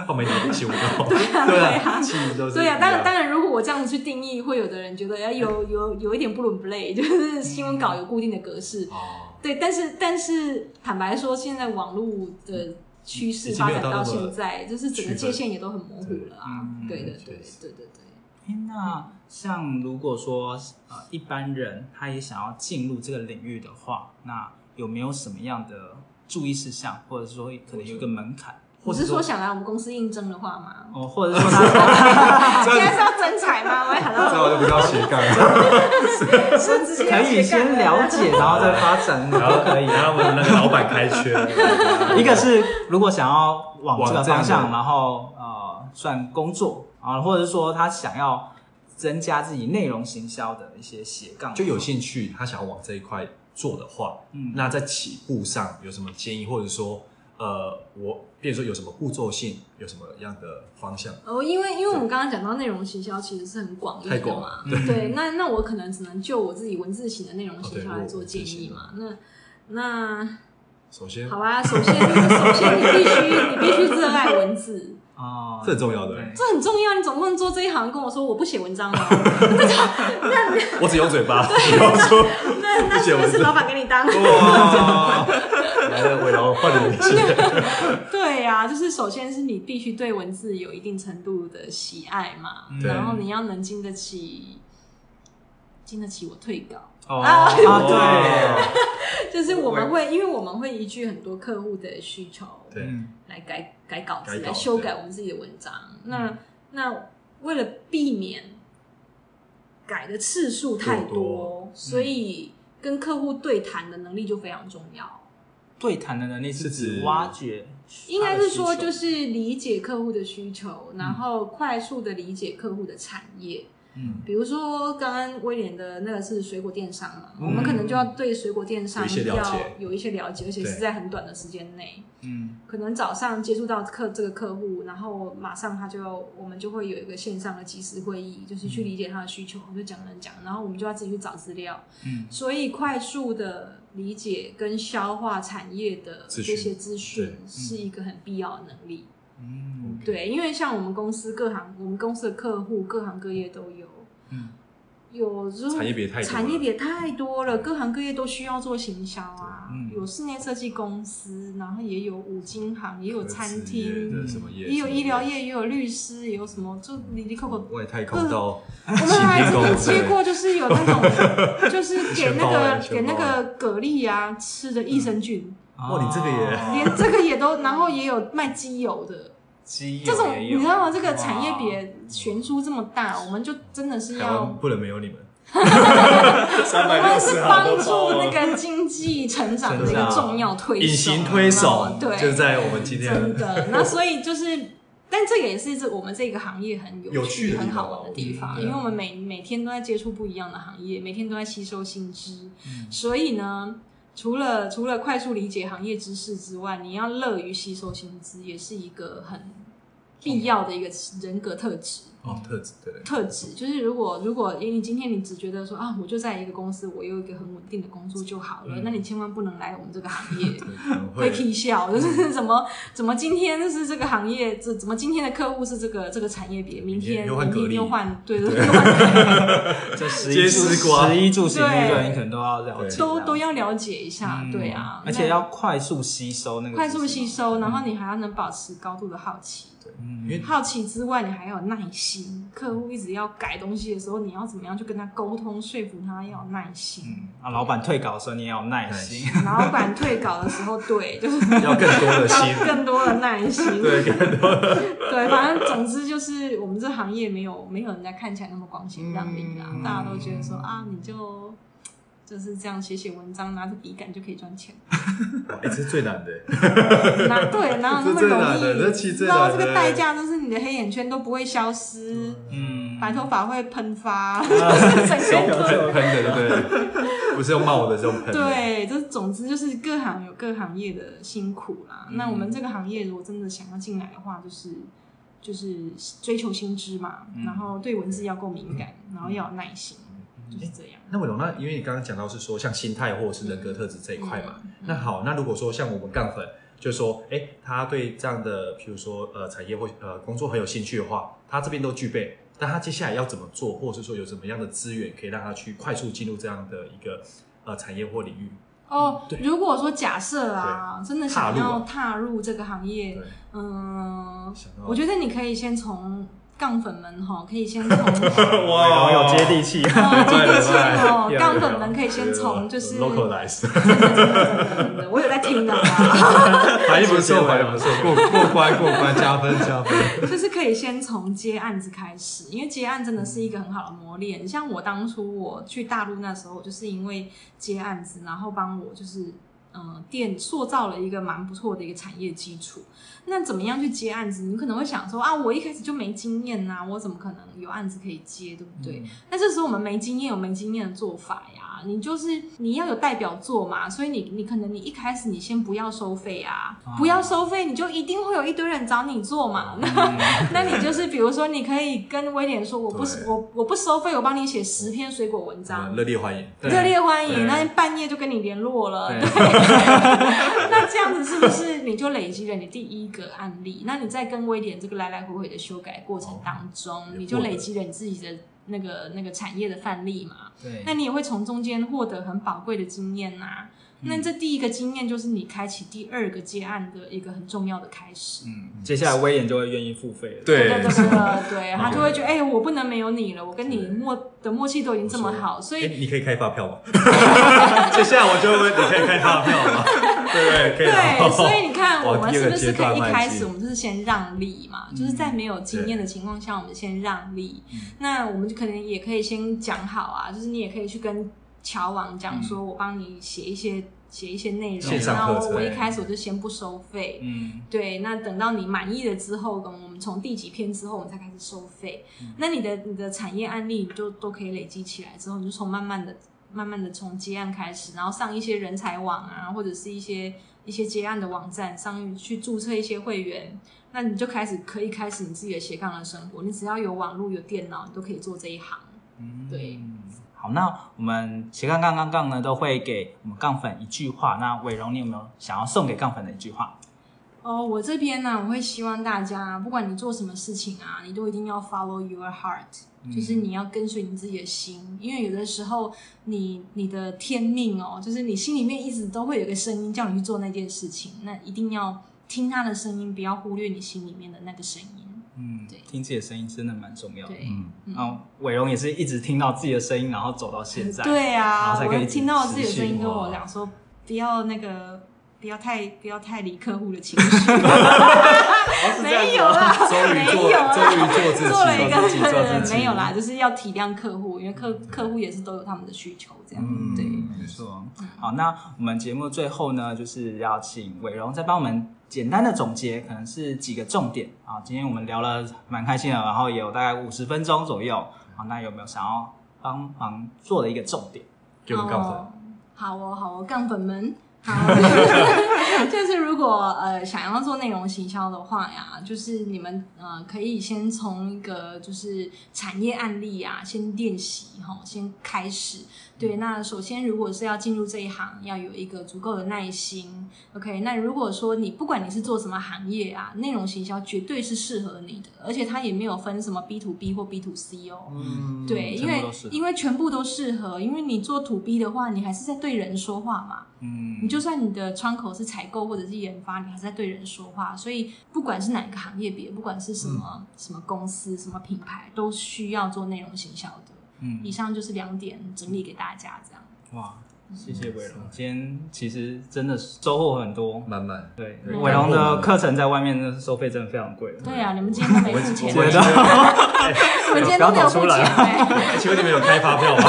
S2: 后面联系不到，
S3: 对
S2: 啊，
S3: 啊
S2: 其实都是
S3: 对呀、
S2: 一样
S3: 当然，当然，如果我这样子去定义，会有的人觉得，哎，有有有一点不伦不类， 就是新闻稿有固定的格式。
S2: 哦，
S3: 对，但是但是，坦白说，现在网络的趋势
S2: 嗯已经
S3: 发
S2: 没有
S3: 展
S2: 到
S3: 到
S2: 那么
S3: 现在，就是整
S2: 区
S3: 个
S2: 分
S3: 界限也都很模糊了啊
S1: 嗯。
S3: 对的，对
S2: 确实
S3: 对对对。
S1: 诶那像如果说呃一般人他也想要进入这个领域的话，那有没有什么样的注意事项，或者说可能有一个门槛，
S3: 你
S1: 或者
S3: 是说想来我们公司应征的话 吗？
S1: 哦，或者是说他
S3: 现在是要征才吗？喂
S2: 这样我
S3: ，Hello，
S2: 就不叫斜杠了，
S3: 是直接
S1: 可以先了解，然后再发展，
S2: 然
S1: 都
S2: 后
S1: 可以。
S2: 然后我们那个老板开 缺，嗯
S1: 一个是如果想要往这个方
S2: 往这样
S1: 向，
S2: 的
S1: 然后呃算工作啊，或者是说他想要增加自己内容行销的一些斜杠，
S2: 就有兴趣，他想要往这一块做的话，
S1: 嗯
S2: 那在起步上有什么建议，或者说，呃，我，比如说有什么步骤性，有什么样的方向？
S3: 哦，因为因为我们刚刚讲到内容行销其实是很广义
S2: 太
S3: 的
S2: 广
S3: 嘛，对，那那我可能只能就我自己文字型的内容行销
S2: 哦对
S3: 来做建议嘛。那那
S2: 首先，
S3: 好啊吧，首先首先你必须你必须热爱文字，
S1: 哦，
S2: 这很重要的
S1: 对
S3: 这很重要。你总不能做这一行跟我说我不写文 章啊吗？
S2: 我只用嘴巴，只用 说，
S3: 那那是不是老板给你当？
S2: 哇，
S3: 啊
S2: 来了，伟龙换你一些，
S3: 对呀、就是首先是你必须对文字有一定程度的喜爱嘛，
S1: 嗯
S2: 对
S3: 然后你要能经得起，经得起我退 稿。
S1: 哦
S3: 啊
S1: 啊对，
S3: 就是我们会，因为我们会依据很多客户的需求
S2: 对
S1: 嗯
S3: 来改改稿
S2: 改
S3: 子，嗯
S2: 稿
S3: 来修改
S2: 对
S3: 我们自己的文章。那那为了避免改的次数太嗯
S2: 过多
S3: 所以跟客户对谈的能力就非常重要。
S1: 对谈的能力是
S2: 是指
S1: 指挖掘他的需求，
S3: 应该是说，就是理解客户的需求，
S2: 嗯
S3: 然后快速的理解客户的产业。
S1: 嗯
S3: 比如说，刚刚威廉的那个是水果电商嘛，
S2: 嗯
S3: 我们可能就要对水果电商
S2: 有一些了
S3: 要
S2: 解
S3: 有一些了解，而且
S2: 对
S3: 是在很短的时间内。
S1: 嗯
S3: 可能早上接触到客这个客户，然后马上他就我们就会有一个线上的即时会议，就是去理解他的需求，就讲讲讲，然后我们就要自己去找资料，
S1: 嗯
S3: 所以快速的理解跟消化产业的
S2: 资
S3: 这
S2: 讯
S3: 些资讯
S2: 对嗯
S3: 是一个很必要的能力。
S1: 嗯
S3: 对，因为像我们公司各行，我们公司的客户各行各业都有，
S1: 嗯
S3: 有就是
S2: 产业别太多了嗯
S3: 产业别太多了，各行各业都需要做行销啊，
S1: 嗯
S3: 有室内设计公司，然后也有五金行，也有餐厅，
S2: 的什么业，
S3: 也有医疗，业，也有律师，也有什么就里里扣扣。
S2: 外太空到
S3: 我们还
S2: 行天
S3: 真
S2: 宫
S3: 的接过，就是有那 种，就是给那个给
S2: 全包
S3: 那
S2: 了
S3: 个蛤蜊啊吃的益生菌，
S2: 哇你这个也
S1: 哦
S3: 连这个也都，然后也有卖鸡油的。
S1: 基友
S3: 这种
S1: 也
S3: 你
S1: 有
S3: 知道吗？这个产业别悬殊这么大，我们就真的是
S2: 台
S3: 要
S2: 湾，不能没有你们，三
S3: 我
S2: 百
S3: 们
S2: 六
S3: 是
S2: 十行
S3: 帮
S2: 都包
S3: 助那个经济成长的一个重要
S2: 啊
S3: 推手，啊
S2: 隐形推手，
S3: 对，
S2: 就是在我们今天
S3: 真的。那所以就是，但这也是这我们这个行业很有
S2: 有趣
S3: 趣、
S2: 的地
S3: 很
S2: 方
S3: 好玩的地
S2: 我
S3: 方，
S2: 觉得
S3: 因为我们
S2: 嗯
S3: 每每天都在接触不一样的行业，每天都在吸收新知，所以呢。除了除了快速理解行业知识之外，你要乐于吸收薪资，也是一个很必要的一个人格特质。
S2: 哦，特质对，
S3: 特质就是，如果如果你今天你只觉得说啊，我就在一个公司，我有一个很稳定的工作就好了，
S2: 嗯
S3: 那你千万不能来我们这个行业，
S2: 对可能
S3: 会
S2: 会
S3: K 笑， 就是怎么怎么今天是这个行业，这怎么今天的客户是这个这个产业别，明天
S2: 又换
S3: 明
S2: 格
S3: 天
S2: 力
S3: 又换，对对对，又换格力
S1: 这十
S2: 接
S1: 一
S2: 丝瓜
S1: 住十一住行
S3: 对
S1: 娱乐，你可能都要了
S2: 对
S1: 解，嗯
S3: 都都，要了解一下，对啊，
S1: 而且要快速吸收那
S3: 那
S1: 个，
S3: 快速吸，收，然后你还要能保持高度的好奇。
S1: 嗯
S2: 因为
S3: 好奇之外，你还要有耐心。客户一直要改东西的时候，你要怎么样去跟他沟通、说服他要有耐心。
S1: 嗯啊，老板退稿的时候你也要有耐心，
S3: 老板退稿的时候，对，就是
S2: 要更多的 心，
S3: 要更多的耐心。
S2: 对，更多的
S3: 对，反正总之就是我们这行业没有没有人家看起来那么光鲜亮丽啦，
S2: 嗯
S3: 大家都觉得说啊，你就就是这样写写文章，拿着笔杆就可以 赚钱，
S2: 哇，哎，这是最难 的，
S3: 哪对哪有那
S2: 这
S3: 么
S2: 最难的
S3: 容
S2: 这
S3: 易？
S2: 其
S3: 你
S2: 实
S3: 知
S2: 最难的
S3: 道这个代价就是你的黑眼圈都不会消失，
S1: 嗯，
S3: 白头发会喷
S2: 啊
S3: 发，整个都
S2: 喷的，对，不是用冒的，是用喷的，
S3: 对，这总之就是各行有各行业的辛苦啦。那我
S2: 嗯
S3: 们这个行业如果真的想要进来的话，就是就是追求新知嘛，
S1: 嗯
S3: 然后对文字要够敏感，
S2: 嗯
S3: 然后要有耐心，就是这样。
S2: 那伟龙，那因为你刚刚讲到是说像心态或者是人格特质这一块嘛，
S3: 嗯
S2: 那好，那如果说像我们杠粉，就说哎、诶他对这样的，譬如说呃产业或呃工作很有兴趣的话，他这边都具备，但他接下来要怎么做，或者是说有什么样的资源可以让他去快速进入这样的一个呃产业或领域？
S3: 哦
S2: 嗯对，
S3: 如果说假设啊，真的
S2: 踏
S3: 想
S2: 入啊
S3: 要踏入这个行业
S2: 对，，
S3: 嗯，
S2: 想到
S3: 我觉得你可以先从杠粉们哈，可以先 从呃
S1: 哇，有接地 气，
S3: 哦，接地气哦，
S2: 有
S3: 杠粉们可以先从就是
S2: localize，
S3: 真的真的真的真的我有在听的啊。
S2: 反应不错，反应不错，过过关过关，加分加分。
S3: 就是可以先从接案子开始，因为接案真的是一个很好的磨练。像我当初我去大陆那时候，我就是因为接案子，然后帮我就是呃店塑造了一个蛮不错的一个产业基础。那怎么样去接案子？你可能会想说啊，我一开始就没经验呐、我怎么可能有案子可以接，对不对？那这时候我们没经验，有没经验的做法呀。你就是你要有代表作嘛，所以你你可能你一开始你先不要收费啊，啊不要收费，你就一定会有一堆人找你做嘛。 那那你就是比如说，你可以跟威廉说，我不
S2: 对
S3: 我我不收费，我帮你写十篇水果文章。
S2: 嗯热烈欢迎，
S1: 对
S3: 热烈欢
S2: 对
S3: 迎，那半夜就跟你联络了。
S1: 对
S3: 对 那这样子是不是你就累积了你第一个案例？那你在跟威廉这个来来回回的修改过程当中，
S2: 也
S3: 你就
S2: 获得
S3: 累积了你自己的那个那个产业的范例嘛？
S1: 对
S3: 那你也会从中间获得很宝贵的经验呐、那这第一个经验就是你开启第二个接案的一个很重要的开始。
S1: 嗯，接下来威严就会愿意付费了，
S2: 对
S3: 对对 对，对他就会觉得，哎、我不能没有你了，我跟你默的默契都已经这么好，所
S2: 哎
S3: 以
S2: 你可以开发票吗？ 接下来我就问，你可以开发票 吗？对不对？可以啊
S3: 对，
S2: 吗。
S3: 所以 你看，
S2: 往
S3: 我们
S2: 第二
S3: 是不
S2: 个
S3: 是
S2: 阶
S3: 可
S2: 段
S3: 以一
S2: 迈
S3: 开
S2: 进
S3: 始我们就是先让利嘛？就是在没有经验的情况下，我们先让利。
S2: 嗯
S3: 那我们就可能也可以先讲好啊，就是你也可以去跟乔王讲说，我帮你写一些写一些内
S2: 嗯
S3: 容
S2: 线，上
S3: 然
S2: 课
S3: 后
S2: 程
S3: 我一开始我就先不收费。
S1: 嗯，
S3: 对，那等到你满意了之后，我们我们从第几篇之后，我们才开始收费。那你的你的产业案例你就都可以累积起来之后，你就从慢慢的、慢慢的从接案开始，然后上一些人才网啊，或者是一些一些接案的网站上去注册一些会员，那你就开始可以开始你自己的斜杠的生活。你只要有网络、有电脑，你都可以做这一行。
S1: 嗯
S3: 对，
S1: 好，那我们斜杠杠杠杠呢，都会给我们杠粉一句话。那伟荣，你有没有想要送给杠粉的一句话？
S3: 哦，我这边呢、我会希望大家，啊不管你做什么事情啊，你都一定要 follow your heart，、就是
S2: 嗯
S3: 你要跟随你自己的心，因为有的时候你你的天命哦，就是你心里面一直都会有个声音叫你去做那件事情，那一定要听他的声音，不要忽略你心里面的那个声音。
S1: 嗯，
S3: 对
S1: 听自己的声音真的蛮重要的。
S3: 对，嗯
S1: 那伟荣也是一直听到自己的声音，然后走到现在。
S3: 对
S1: 然后
S3: 啊，
S1: 才
S3: 我
S1: 可以
S3: 有听到我自己的声
S2: 持
S3: 音
S2: 续啊
S3: 跟
S2: 化
S3: 我讲说，不要那个，不要太不要太理客户的情绪。
S2: 哦
S3: 没有啦，
S2: 终于
S3: 没
S2: 做，
S3: 有啦，
S2: 终于做自己，
S3: 做了一
S2: 做自己，做
S3: 个
S2: 自己，
S3: 没有啦，就是要体谅客户，因为客客户也是都有他们的需求，这样、
S2: 嗯，
S3: 对。
S1: 没错。
S3: 嗯
S1: 好，那我们节目最后呢，就是要请伟荣再帮我们简单的总结，可能是几个重点啊。今天我们聊了蛮开心的，然后也有大概五十分钟
S3: 嗯
S1: 左右。好，那有没有想要帮忙做的一个重点？
S2: 给我们杠粉。
S3: 哦好哦，好哦，杠粉们，好， 就是如果呃想要做内容行销的话呀，就是你们呃可以先从一个就是产业案例啊，先练习哈，先开始。对，那首先如果是要进入这一行，要有一个足够的耐心。OK，那如果说你不管你是做什么行业啊，内容行销绝对是适合你的，而且它也没有分什么 B to B 或 B to C 哦。
S1: 嗯，
S3: 对，因为因
S1: 为
S3: 为全部都适合，因为你做 to B 的话，你还是在对人说话嘛。
S1: 嗯，
S3: 你就算你的窗口是采购或者是研发，你还是在对人说话。所以不管是哪个行业别，不管是什
S1: 嗯
S3: 么、什么公司、什么品牌，都需要做内容行销的。
S1: 嗯
S3: 以上就是两点整理给大家，这样。
S1: 哇，谢谢伟龙，今天其实真的是收获很多。
S2: 慢慢
S1: 对，
S2: 对
S1: 伟龙的课程在外面的收费真的非常贵。
S3: 嗯对啊，你们今天都没付钱，
S1: 嗯我
S3: 我
S1: 知道，
S3: 们今天都没有付
S1: 不要
S3: 钱、
S1: 讲
S3: 欸，
S2: 哎请问你们有开发票吗？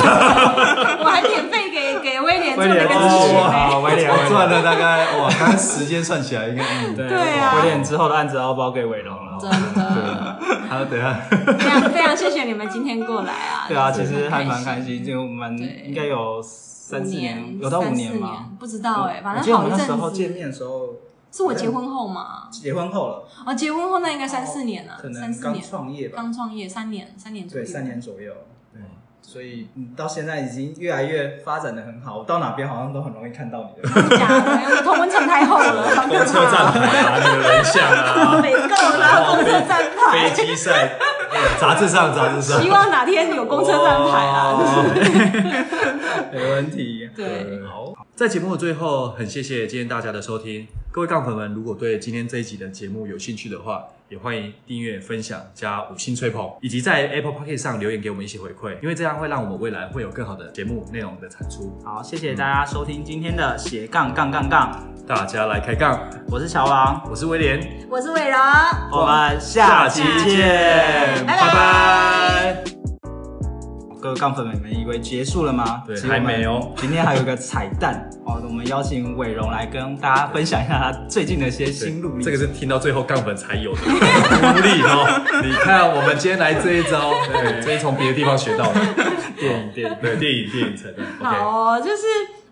S3: 我还免费给给威廉做
S1: 威
S3: 了
S1: 廉
S3: 一个咨询、
S1: 哦，
S3: 欸。
S1: 好，威廉，
S2: 我
S1: 威廉
S2: 赚了大概哇，刚刚时间算起来应该嗯，
S1: 对
S3: 对啊
S1: 威廉之后的案子要包给伟龙了。
S3: 真的，
S2: 还有等一下，
S3: 非常非常谢谢你们今天过来啊！
S1: 对啊，
S3: 真
S1: 其
S3: 的
S1: 实还
S3: 很
S1: 蛮开心，就我们
S3: 对
S1: 应该有三四
S3: 年，
S1: 有到五
S3: 三四
S1: 吗？哦
S3: 不知道哎、欸，
S1: 我
S3: 反
S1: 记得
S3: 正
S1: 我
S3: 好
S1: 们
S3: 一
S1: 那时
S3: 阵
S1: 候
S3: 子。
S1: 见面的时候，
S3: 是我结婚后吗？
S1: 结婚后了，
S3: 哦，结婚后那应该三四年啊
S1: 可，
S3: 三
S1: 能
S3: 四
S1: 刚
S3: 年，
S1: 创业吧，
S3: 刚创业三年，三年左
S1: 对，
S3: 右，
S1: 三年左右。
S2: 对
S1: 所以嗯到现在已经越来越发展的很好，我到哪边好像都很容易看到你 的。
S3: 真的假的，同文成太厚 了，好可
S2: 公车站
S3: 怕，
S2: 牌啊，那个人像啊，
S3: 没够 了，公车站
S2: 飞
S3: 牌，
S2: 机 赛，对杂志上杂志上
S3: 希，望哪天有公车站牌
S1: 哦
S3: 啊，
S1: 没问题。
S3: 对，
S2: 好，在节目的最后，很谢谢今天大家的收听。各位杠粉们，如果对今天这一集的节目有兴趣的话，也欢迎订阅、分享、加五星吹捧，以及在 Apple p o c k e t 上留言给我们一些回馈，因为这样会让我们未来会有更好的节目内容的产出。
S1: 好，谢谢大家收听今天的斜杠杠杠杠，
S2: 大家来开杠，
S1: 我是小王，
S2: 我是威廉，
S3: 我是伟柔，
S1: 我们下期见，
S3: 拜
S2: 拜拜
S1: 各位杠粉们，你们以为结束了吗？
S2: 对
S1: 其实我们
S2: 还没哦
S1: 今天还有一个彩蛋 哦，我们邀请伟荣来跟大家分享一下他最近的一些心路历程。
S2: 这个是听到最后杠粉才有的鼓励哦。你看，我们今天来这一招， 对，这是从别的地方学到的电影，电影，对，电影，电影才对。OK，
S3: 好哦，就是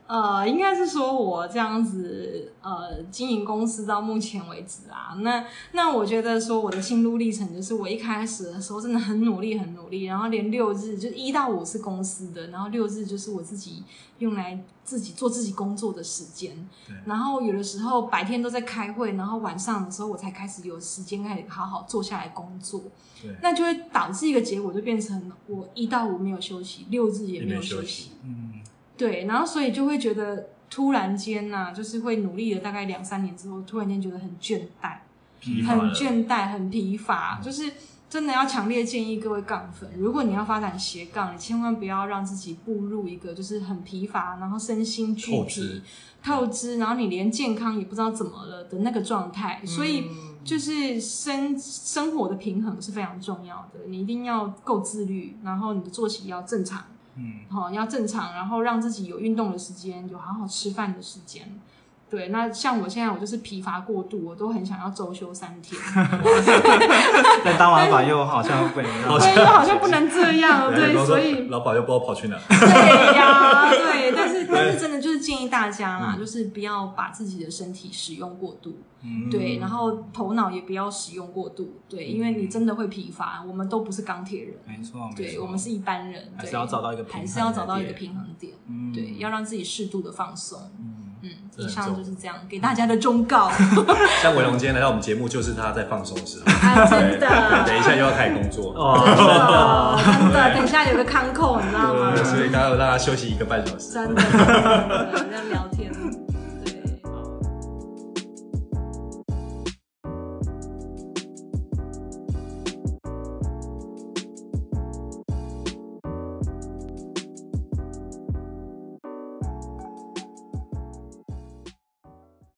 S3: 呃，应该是说我这样子呃经营公司到目前为止啊，那那我觉得说我的心路历程就是我一开始的时候真的很努力很努力，然后连六日就一到五是公司的，然后六日就是我自己用来自己做自己工作的时间
S2: 对，
S3: 然后有的时候白天都在开会，然后晚上的时候我才开始有时间开始好好坐下来工作，
S2: 对
S3: 那就会导致一个结果就变成我一到五没有休息，六日
S2: 也
S3: 也没
S2: 没
S3: 有
S2: 休
S3: 休
S2: 息
S3: 息。
S1: 嗯，
S3: 对，然后所以就会觉得突然间呐、就是会努力了大概两三年之后，突然间觉得很倦怠，
S2: 疲乏
S3: 很
S2: 了。嗯
S3: 倦怠，很疲乏，就是真的要强烈建议各位杠粉，如果你要发展斜杠，你千万不要让自己步入一个就是很疲乏，然后身心俱
S2: 透支
S3: 疲、透支，然后你连健康也不知道怎么了的那个状态，所以。就是生生活的平衡是非常重要的，你一定要够自律，然后你的作息要正常，
S1: 嗯，
S3: 哦，要正常，然后让自己有运动的时间，有好好吃饭的时间。对，那像我现在我就是疲乏过度，我都很想要周休三天，
S1: 但当老板又好像被
S2: 好
S3: 但又好像不能这 样，
S2: 对
S3: 哦对，
S2: 老
S3: 所以
S2: 老鸨又不知道跑去哪。
S3: 对呀，对，但是但是真的就是建议大家啦，就是不要把自己的身体使用过度，
S1: 嗯
S3: 对，然后头脑也不要使用过度，对，因为你真的会疲乏，我们都不是钢铁人，
S1: 没错，没
S3: 对
S1: 错，
S3: 我们是一般人，
S1: 还是
S3: 对
S1: 要找到一个平衡
S3: 还是要找到一
S1: 的
S3: 个
S1: 点
S3: 平衡点，
S1: 嗯
S3: 对，要让自己适度的放松，嗯，
S2: 这
S3: 以
S2: 很
S3: 上
S2: 重
S3: 就是这样给大家的忠 告，
S2: 像维龙今天来到我们节目，就是他在放松的时候。
S3: 啊，真
S2: 等一
S3: 的。
S2: 下又要开始工作，
S1: 哦，
S3: 真 的，真的，等一下有个康扣，你知道吗？
S2: 所以刚刚让他休息一个半小时。
S3: 真的，真的，要聊天。